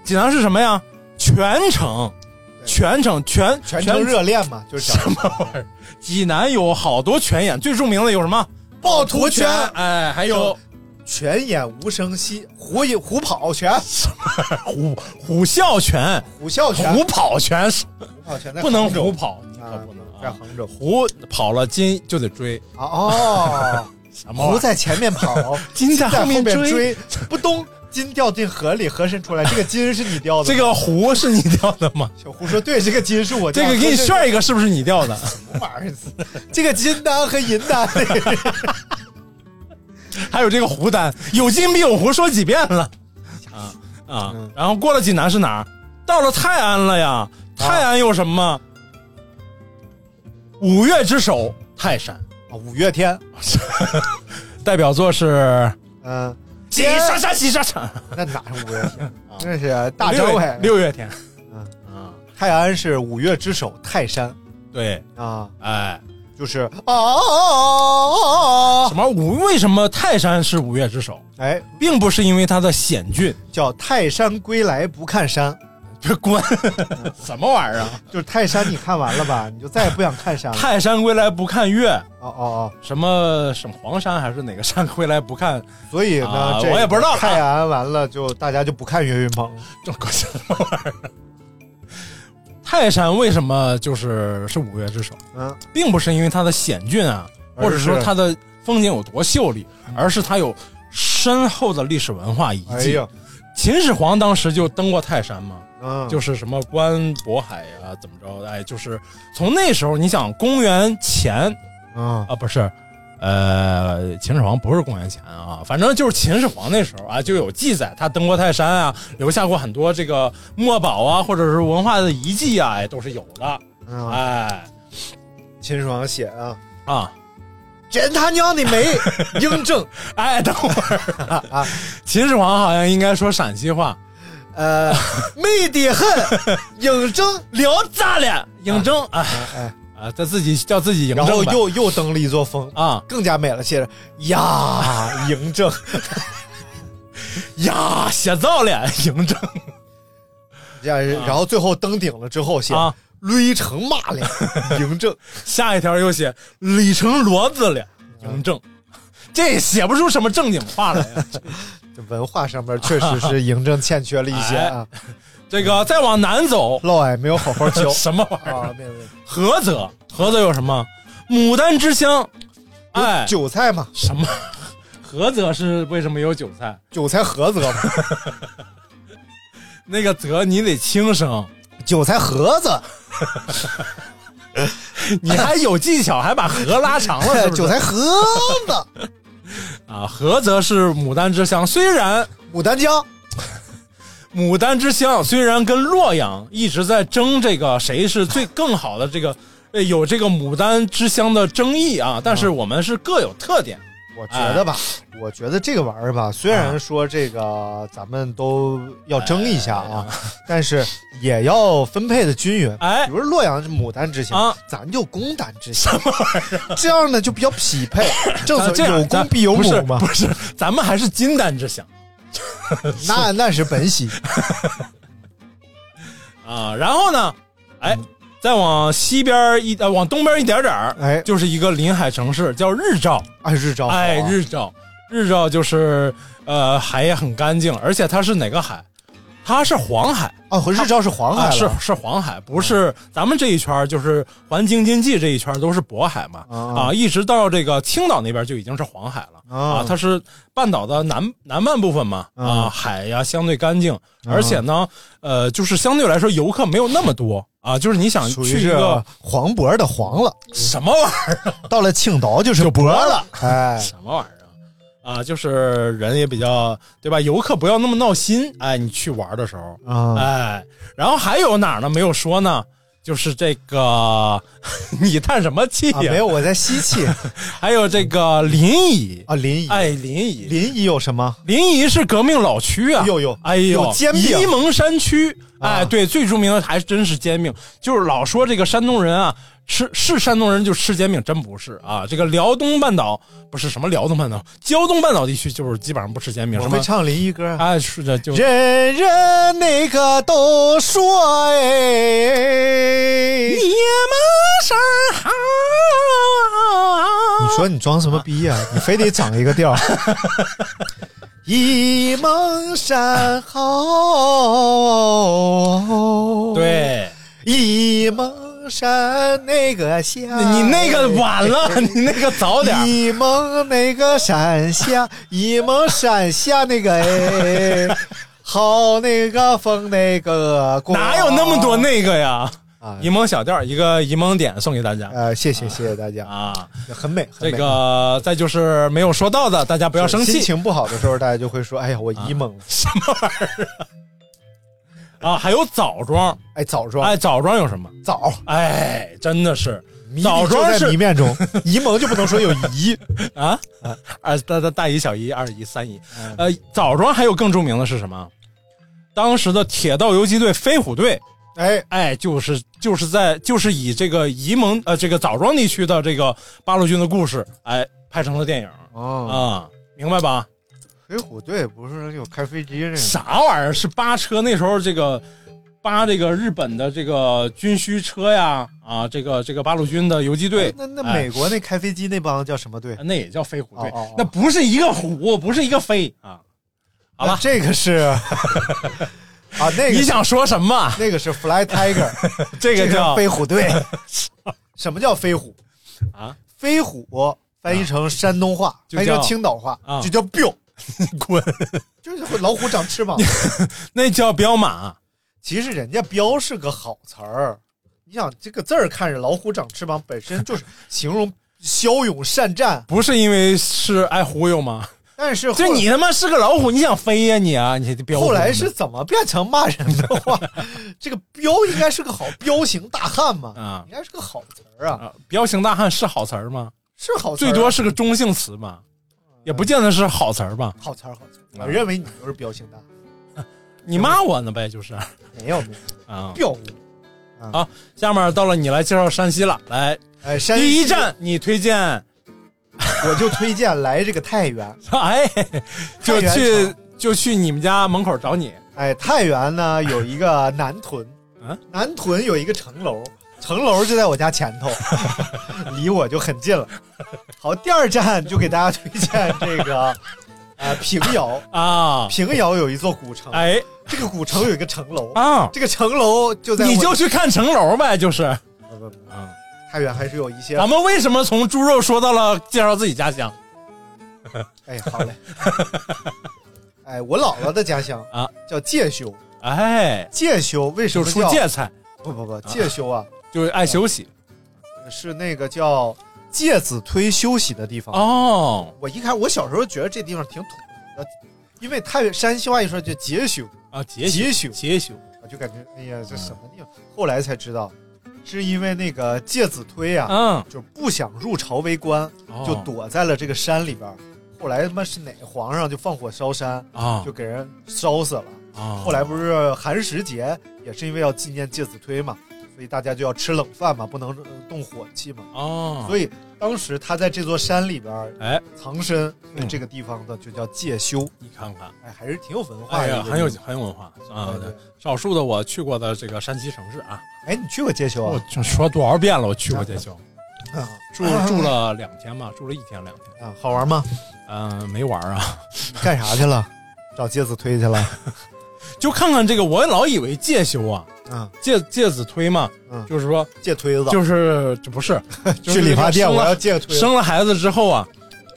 Speaker 2: 济南是什么呀？全城，
Speaker 1: 对
Speaker 2: 全城，全
Speaker 1: 全程热恋嘛，就是
Speaker 2: 什么玩意儿？济南有好多拳眼，最著名的有什么？
Speaker 1: 趵突拳
Speaker 2: 哎，还有
Speaker 1: 泉眼无声息，虎眼虎跑拳，
Speaker 2: 虎虎啸拳、
Speaker 1: 虎啸拳，
Speaker 2: 虎跑拳，
Speaker 1: 虎跑拳在
Speaker 2: 不能
Speaker 1: 杭州
Speaker 2: 虎跑，你可
Speaker 1: 啊
Speaker 2: 不能，
Speaker 1: 在
Speaker 2: 啊！
Speaker 1: 杭州
Speaker 2: 虎跑了，金就得追，
Speaker 1: 啊哦。
Speaker 2: 什么玩意
Speaker 1: 狐
Speaker 2: 儿
Speaker 1: 在前面跑，
Speaker 2: 金在
Speaker 1: 在
Speaker 2: 后
Speaker 1: 后
Speaker 2: 面
Speaker 1: 面
Speaker 2: 追
Speaker 1: 追，不咚，金掉进河里，河神出来，这个金是你掉的。
Speaker 2: 这个虎是你掉的吗？
Speaker 1: 小胡说：“对，这个金是我
Speaker 2: 这
Speaker 1: 掉
Speaker 2: 个
Speaker 1: 的。”
Speaker 2: 给你炫一个，是不是你掉的？
Speaker 1: 这个玩意儿， 这个金丹和银丹， 啊
Speaker 2: 还有这个湖单，有金必有湖，说几遍了啊啊！
Speaker 1: 嗯
Speaker 2: 然后过了济南是哪儿？到了泰安了呀。
Speaker 1: 啊
Speaker 2: 泰安有什么？五岳之首泰 山，
Speaker 1: 啊五月天，
Speaker 2: 代表作是
Speaker 1: 嗯，
Speaker 2: 《西沙山西沙山
Speaker 1: 那哪是五月天？啊那是》大哎
Speaker 2: 六
Speaker 1: 张
Speaker 2: 月
Speaker 1: 伟。
Speaker 2: 六月天，
Speaker 1: 泰安是五岳之首泰山
Speaker 2: 对，
Speaker 1: 啊，
Speaker 2: 哎，
Speaker 1: 就是啊啊啊
Speaker 2: 什！么五？为什么泰山是五岳之首？
Speaker 1: 哎，
Speaker 2: 并不是因为它的险峻，
Speaker 1: 叫泰山归来不看山，
Speaker 2: 这关 什么玩意儿啊？
Speaker 1: 就是泰山，你看完了吧，你就再也不想看山了。
Speaker 2: 泰山归来不看岳，
Speaker 1: 哦哦哦。
Speaker 2: 什么什么黄山还是哪个山归来不看
Speaker 1: 所以呢，
Speaker 2: 啊
Speaker 1: 这
Speaker 2: 我也不知道
Speaker 1: 泰安完了就大家就不看岳云鹏，
Speaker 2: 这搞什么玩意儿？啊泰山为什么就是是五岳之首，
Speaker 1: 嗯，
Speaker 2: 并不是因为它的险峻啊，
Speaker 1: 而是
Speaker 2: 或者说它的风景有多秀丽，而是它有深厚的历史文化遗
Speaker 1: 哎
Speaker 2: 迹。
Speaker 1: 呀，
Speaker 2: 秦始皇当时就登过泰山嘛，
Speaker 1: 嗯，
Speaker 2: 就是什么观渤海呀、怎么着？哎，就是从那时候，你想公元前
Speaker 1: 嗯
Speaker 2: 啊，不是，呃，秦始皇不是公元前啊，反正就是秦始皇那时候啊，就有记载他登过泰山啊，留下过很多这个墨宝啊，或者是文化的遗迹啊，哎，都是有的。
Speaker 1: 嗯，
Speaker 2: 哎
Speaker 1: 秦始皇写啊，
Speaker 2: 啊，
Speaker 1: 剪他娘的眉，英正，
Speaker 2: 哎，等会儿啊，秦始皇好像应该说陕西话，
Speaker 1: 呃，媚的很，英正，
Speaker 2: 聊炸了，嬴政 啊
Speaker 1: 哎，
Speaker 2: 啊，他自己叫自己嬴
Speaker 1: 然后
Speaker 2: 政吧
Speaker 1: 又又登了一座峰，
Speaker 2: 啊
Speaker 1: 更加美了，写着 呀，嬴 政，
Speaker 2: 呀，写造了嬴政。
Speaker 1: 这样，然后最后登顶了之后写
Speaker 2: 啊
Speaker 1: 擂城骂 了，嬴政，
Speaker 2: 下一条又写李成骡子了，嬴政，这写不出什么正经话来啊呀。
Speaker 1: 这文化上面确 实是嬴政欠缺了一些啊，
Speaker 2: 哎这个再往南走，
Speaker 1: 嫪毐没有好好教
Speaker 2: 什么玩意儿？
Speaker 1: 啊，没有没有，
Speaker 2: 菏泽，菏泽有什么？牡丹之乡，哎，
Speaker 1: 韭菜嘛，
Speaker 2: 什么？菏泽是为什么有韭菜？
Speaker 1: 韭菜菏 泽嘛，
Speaker 2: 那个泽你得轻声，
Speaker 1: 韭菜盒子，
Speaker 2: 你还有技巧，还把河拉长了，是不是？
Speaker 1: 韭菜盒 子，
Speaker 2: 啊，菏泽是牡丹之乡，虽然
Speaker 1: 牡丹江，
Speaker 2: 牡丹之乡虽然跟洛阳一直在争这个谁是最更好的这个，呃，有这个牡丹之乡的争议啊，但是我们是各有特点。
Speaker 1: 我觉得吧，
Speaker 2: 哎
Speaker 1: 我觉得这个玩意儿吧，虽然说这个咱们都要争一下啊，但是也要分配的均匀。
Speaker 2: 哎
Speaker 1: 比如洛阳是牡丹之乡，
Speaker 2: 啊
Speaker 1: 咱就公丹之乡，这样呢就比较匹配。正
Speaker 2: 啊
Speaker 1: 所
Speaker 2: 这
Speaker 1: 谓
Speaker 2: 样
Speaker 1: 有
Speaker 2: 啊咱
Speaker 1: 公必有
Speaker 2: 不是
Speaker 1: 母嘛
Speaker 2: 不，是，咱们还是金丹之乡
Speaker 1: 那那是本喜。
Speaker 2: 啊。然后呢，哎，再往西边一，呃，往东边一点点儿，
Speaker 1: 哎
Speaker 2: 就是一个临海城市，叫日照。
Speaker 1: 哎，日照好啊，
Speaker 2: 哎，日照，日照就是呃，海也很干净，而且它是哪个海？它是黄海。
Speaker 1: 啊，日照是黄海
Speaker 2: 啊，
Speaker 1: 了嗯
Speaker 2: 是是黄海，不是咱们这一圈儿就是环京津冀这一圈儿都是渤海嘛，
Speaker 1: 啊
Speaker 2: 啊，一直到这个青岛那边就已经是黄海了
Speaker 1: 啊
Speaker 2: 啊，它是半岛的南南半部分嘛，
Speaker 1: 啊
Speaker 2: 啊，海呀相对干净，而且呢，呃，就是相对来说游客没有那么多啊，就是你想
Speaker 1: 属于
Speaker 2: 去一
Speaker 1: 是
Speaker 2: 个
Speaker 1: 黄渤的黄了，
Speaker 2: 什么玩意儿，
Speaker 1: 到了青岛就是
Speaker 2: 就
Speaker 1: 渤
Speaker 2: 渤
Speaker 1: 了
Speaker 2: 了。
Speaker 1: 哎，
Speaker 2: 什么玩意儿啊。啊，就是人也比较对吧？游客不要那么闹心，哎，你去玩的时候，
Speaker 1: 啊，
Speaker 2: 哎，然后还有哪儿呢？没有说呢，就是这个， 你叹什么气呀、
Speaker 1: 啊没有，，我在吸气
Speaker 2: 还有这个临沂，
Speaker 1: 啊，临沂。
Speaker 2: 哎，临沂，
Speaker 1: 临沂有什么？
Speaker 2: 临沂是革命老区啊，
Speaker 1: 有有
Speaker 2: 哎呦，
Speaker 1: 有煎饼
Speaker 2: 沂蒙山区，
Speaker 1: 啊
Speaker 2: 哎，对，最著名的还真是煎饼，就是老说这个山东人啊，吃是山东人就吃煎饼，真不是啊。这个辽东半岛不是什么辽东半岛，胶东半岛地区就是基本上不吃煎饼，
Speaker 1: 我
Speaker 2: 什
Speaker 1: 会
Speaker 2: 么
Speaker 1: 唱临沂歌啊。
Speaker 2: 哎，是的，就
Speaker 1: 人人那个都说 哎，
Speaker 2: 你们山好。
Speaker 1: 你说你装什么逼 呀、你非得整一个调儿。一梦山好，，
Speaker 2: 对，
Speaker 1: 一梦山那个乡，
Speaker 2: 你那个晚了，
Speaker 1: 哎
Speaker 2: 你那个早点儿。
Speaker 1: 一梦那个 山下，一梦山下那个哎，好那个风那个光，
Speaker 2: 哪有那么多那个呀？
Speaker 1: 啊
Speaker 2: 沂蒙小调儿一个沂蒙点送给大家
Speaker 1: 呃，谢谢谢谢大家，
Speaker 2: 啊。
Speaker 1: 很美，很
Speaker 2: 这
Speaker 1: 美
Speaker 2: 个再就是没有说到的，大家不
Speaker 1: 不
Speaker 2: 要生
Speaker 1: 心
Speaker 2: 气
Speaker 1: 情不好的时候，大家就会说：“哎呀，我一懵了。
Speaker 2: 啊。还有枣庄，
Speaker 1: 哎，枣庄，
Speaker 2: 哎，枣庄有什么？
Speaker 1: 枣，
Speaker 2: 哎，真的是
Speaker 1: 迷
Speaker 2: 枣
Speaker 1: 就
Speaker 2: 庄
Speaker 1: 在迷
Speaker 2: 是
Speaker 1: 面中，一懵就不能说有疑。
Speaker 2: 啊，二大大大姨、小姨、二姨、三姨。
Speaker 1: 嗯
Speaker 2: 呃，枣庄还有更著名的是什么？当时的铁道游击队飞虎队，
Speaker 1: 哎，
Speaker 2: 哎，就是就是在就是以这个沂蒙呃这个枣庄地区的这个八路军的故事，哎，拍成了电影啊、
Speaker 1: 哦，
Speaker 2: 明白吧？
Speaker 1: 飞虎队哎不是有开飞机那个？
Speaker 2: 啥玩意儿？是扒车那时候这个扒这个日本的这个军需车呀啊，这个这个八路军的游击队，
Speaker 1: 那那
Speaker 2: 哎
Speaker 1: 美国那开飞机那帮叫什么队？
Speaker 2: 那也叫飞虎队，
Speaker 1: 哦哦哦
Speaker 2: 那不是一个虎，不是一个飞啊。好
Speaker 1: 啊
Speaker 2: 了，
Speaker 1: 这个 是啊，那
Speaker 2: 你
Speaker 1: 个
Speaker 2: 想说什 么？
Speaker 1: 那个是 Fly Tiger，
Speaker 2: 这
Speaker 1: 这
Speaker 2: 个
Speaker 1: 是
Speaker 2: 叫
Speaker 1: 飞虎队。什么叫飞虎
Speaker 2: 啊？
Speaker 1: 飞虎翻译成山东话，
Speaker 2: 就
Speaker 1: 翻译成
Speaker 2: 叫
Speaker 1: 青岛话，
Speaker 2: 啊
Speaker 1: 就叫 biu，
Speaker 2: 滚！
Speaker 1: 就是会老虎长 翅膀。
Speaker 2: 那叫彪马，
Speaker 1: 其实人家彪是个好词儿，你想这个字儿看着老虎长翅膀，本身就是形容骁勇善战，
Speaker 2: 不是因为是爱忽悠吗？
Speaker 1: 但是后
Speaker 2: 就你他妈是个老虎，你想飞呀、你啊，你这彪！
Speaker 1: 后来是怎么变成骂人的话？这个彪应该是个好彪形大汉嘛，
Speaker 2: 啊
Speaker 1: 应该是个好词儿啊，
Speaker 2: 啊，彪形大汉是好词儿吗？
Speaker 1: 是好词儿啊，
Speaker 2: 最多是个中性词吧，也不见得是好词儿吧。
Speaker 1: 好词儿好词儿。
Speaker 2: 啊
Speaker 1: 我认为你就是彪形大 汉，
Speaker 2: 你骂我呢呗，就是
Speaker 1: 没有没有
Speaker 2: 啊。
Speaker 1: 彪。
Speaker 2: 下面到了你来介绍山西了，来
Speaker 1: 哎，山西
Speaker 2: 第一站你推荐，
Speaker 1: 我就推荐来这个太原。
Speaker 2: 哎，就
Speaker 1: 太原
Speaker 2: 去就去你们家门口找你，
Speaker 1: 哎，太原呢有一个南屯，
Speaker 2: 嗯
Speaker 1: 南屯有一个城楼，城楼就在我家前 头，离我就很近了。好，第二站就给大家推荐这个，呃，平遥。
Speaker 2: 啊，
Speaker 1: 平遥有一座古城，
Speaker 2: 哎
Speaker 1: 这个古城有一个城楼，
Speaker 2: 啊，
Speaker 1: 这个城楼就在我
Speaker 2: 你就去看城楼呗，就是。
Speaker 1: 不不不
Speaker 2: 嗯
Speaker 1: 太原还是有一些
Speaker 2: 咱们为什么从猪肉说到了介绍自己家乡？
Speaker 1: 哎，好 嘞。哎，我姥姥的家乡
Speaker 2: 啊
Speaker 1: 叫介休，
Speaker 2: 哎，
Speaker 1: 介休为什
Speaker 2: 就
Speaker 1: 么
Speaker 2: 出
Speaker 1: 叫？
Speaker 2: 芥菜，
Speaker 1: 不不不，介休啊
Speaker 2: 就是爱休息
Speaker 1: 是那个叫介子推休息的地方。
Speaker 2: 哦
Speaker 1: 我一开始我小时候觉得这地方挺土的，因为太原山西话一说就解休，
Speaker 2: 啊，节休
Speaker 1: 节休
Speaker 2: 节休
Speaker 1: 我就感觉哎呀这什么地方？
Speaker 2: 嗯
Speaker 1: 后来才知道，是因为那个介子推啊，
Speaker 2: 嗯，
Speaker 1: 就不想入朝为官，
Speaker 2: 哦
Speaker 1: 就躲在了这个山里边儿。后来他妈是哪个皇上就放火烧山，
Speaker 2: 啊
Speaker 1: 就给人烧死了。
Speaker 2: 啊，
Speaker 1: 后来不是寒食节，也是因为要纪念介子推嘛，所以大家就要吃冷饭嘛，不能呃动火气嘛。
Speaker 2: 哦，
Speaker 1: 所以当时他在这座山里边儿
Speaker 2: 哎，
Speaker 1: 藏身，
Speaker 2: 嗯
Speaker 1: 这个地方的就叫介休，
Speaker 2: 你看看，
Speaker 1: 哎，还是挺有文化
Speaker 2: 哎
Speaker 1: 的
Speaker 2: 呀，
Speaker 1: 一个地方，
Speaker 2: 很有很有文化啊
Speaker 1: 对。对
Speaker 2: 对少数的我去过的这个山西城市啊，
Speaker 1: 哎，你去过介休
Speaker 2: 我
Speaker 1: 啊？
Speaker 2: 这说多少遍了，我去过介休，
Speaker 1: 啊
Speaker 2: 住住了两天嘛，住了一天两天，
Speaker 1: 啊，好玩吗？
Speaker 2: 嗯，没玩儿啊，
Speaker 1: 你干啥去了？找介子推去了？
Speaker 2: 就看看这个，我老以为介休啊，
Speaker 1: 啊，
Speaker 2: 介介子推嘛
Speaker 1: 嗯，
Speaker 2: 就是说
Speaker 1: 介推子，
Speaker 2: 就是这不是 就是
Speaker 1: 去理发店，
Speaker 2: 生了
Speaker 1: 我要介推子。
Speaker 2: 生了孩子之后啊，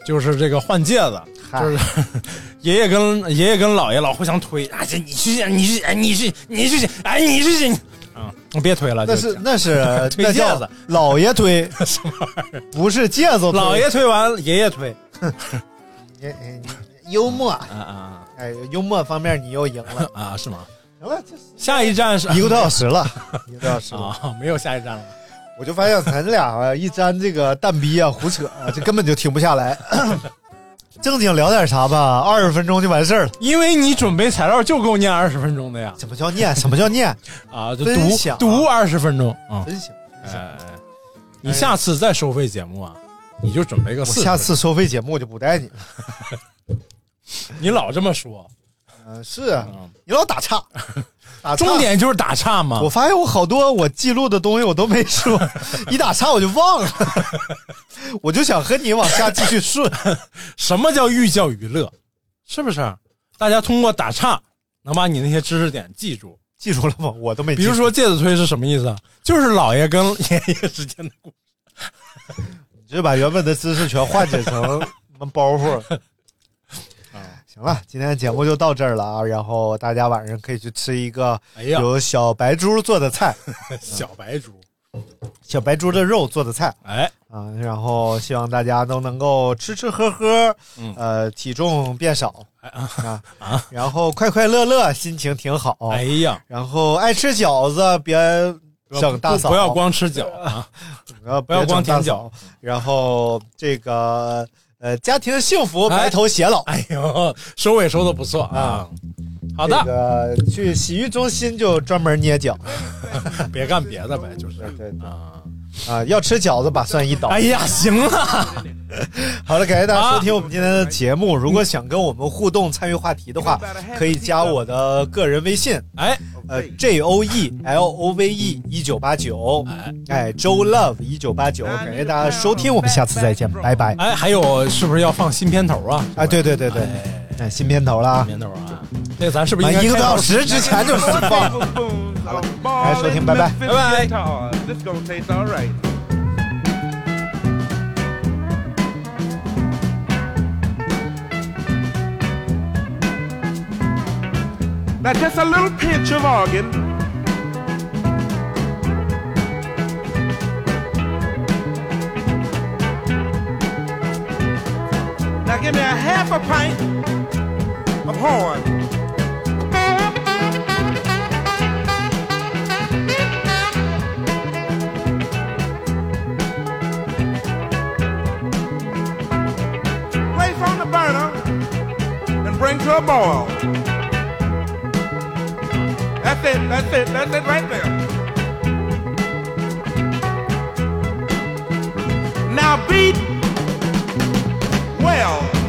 Speaker 2: 就是这个换戒指，
Speaker 1: 嗨
Speaker 2: 就是 爷爷跟爷爷跟姥爷老互相推，啊，这你去去，你去，哎，你去，你去去，哎，你去去，啊，别推了，
Speaker 1: 那
Speaker 2: 就是这样
Speaker 1: 那是
Speaker 2: 推
Speaker 1: 那叫
Speaker 2: 戒指
Speaker 1: 老爷 推，
Speaker 2: 什么玩意儿？
Speaker 1: 不是介 子推。
Speaker 2: 姥爷推完，爷爷推，
Speaker 1: 哎，哎你幽默，
Speaker 2: 啊啊
Speaker 1: 哎，幽默方面你又赢了。
Speaker 2: 啊啊，是吗？
Speaker 1: 行了，这
Speaker 2: 下 一站是
Speaker 1: 一个多小时了， 一个多小时了。
Speaker 2: 啊， 没有下一站了，
Speaker 1: 我就发现咱俩啊，一沾这个蛋逼啊、胡扯啊，这根本就停不下来。 正经聊点啥吧，二十分钟就完事儿了。
Speaker 2: 因为你准备材料就够念二十分钟的呀，
Speaker 1: 什么叫念？什么叫念？
Speaker 2: 啊，就
Speaker 1: 分
Speaker 2: 读
Speaker 1: 享啊
Speaker 2: 读二十分钟，嗯，
Speaker 1: 真行！
Speaker 2: 哎哎，哎你下次再收费节目啊，你就准备个
Speaker 1: 我
Speaker 2: 四，
Speaker 1: 下次收费节目我就不带你了。
Speaker 2: 你老这么说，
Speaker 1: 嗯、是啊
Speaker 2: 嗯，
Speaker 1: 你老打 岔，打岔
Speaker 2: 重。点就是打岔嘛
Speaker 1: 我。发现我好多我记录的东西我都没说， 一打岔我就忘了。 我就想和你往下继续 顺。
Speaker 2: 什么叫寓教于乐？是不是？大家通过打岔能把你那些知识点记住。
Speaker 1: 记住了吗？我都没记
Speaker 2: 比
Speaker 1: 住。
Speaker 2: 如说戒指推是什么意思啊？就是老爷跟爷爷之间的故事。
Speaker 1: 只是把原本的知识全化解成什么包袱。
Speaker 2: 啊
Speaker 1: 行了，今天节目就到这儿了啊！然后大家晚上可以去吃一个
Speaker 2: 哎呀，
Speaker 1: 由小白猪做的 菜，
Speaker 2: 小白猪，
Speaker 1: 小白猪的肉做的菜
Speaker 2: 哎，
Speaker 1: 啊。然后希望大家都能够吃吃喝喝，
Speaker 2: 嗯
Speaker 1: 呃，体重变少
Speaker 2: 哎啊
Speaker 1: 啊
Speaker 2: 啊，
Speaker 1: 然后快快乐乐，心情挺好。
Speaker 2: 哎呀，
Speaker 1: 然后爱吃饺子，别整大
Speaker 2: 不
Speaker 1: 嫂，
Speaker 2: 不要光吃脚啊！
Speaker 1: 呃，不
Speaker 2: 不要光舔
Speaker 1: 脚，然后这个呃，家庭幸福，白头偕老。
Speaker 2: 哎呦， 收尾收的不错
Speaker 1: 嗯
Speaker 2: 啊。好
Speaker 1: 这
Speaker 2: 的，
Speaker 1: 个去洗浴中心就专门捏脚，
Speaker 2: 别干别的呗，就是
Speaker 1: 对对
Speaker 2: 啊。
Speaker 1: 啊，要吃饺子把蒜一倒。
Speaker 2: 哎呀，行啊了，
Speaker 1: 好了，感谢大家
Speaker 2: 啊
Speaker 1: 收听我们今天的节目。如果想跟我们互动、参与话题的话，可以加我的个人微信，
Speaker 2: 哎，
Speaker 1: 呃，J O E L O V E 一九八九，哎，Joe Love 一九八九。感谢大家收听，我们下次再见，拜拜。
Speaker 2: 哎，还有是不是要放新片头啊？
Speaker 1: 哎，对对对对，哎，新片头啦，
Speaker 2: 片头啊，这咱是不是
Speaker 1: 满
Speaker 2: 应该
Speaker 1: 一个多
Speaker 2: 开
Speaker 1: 小
Speaker 2: 头
Speaker 1: 时之前就释放。 哎
Speaker 3: 来
Speaker 1: 收听拜拜
Speaker 2: 拜拜
Speaker 3: This gonna taste all right.
Speaker 1: Now just a little pinch of organ. Now give me a half a pint of horn. Place on the burner and bring to a boil. That's it, that's it, that's it right there. Now beat well.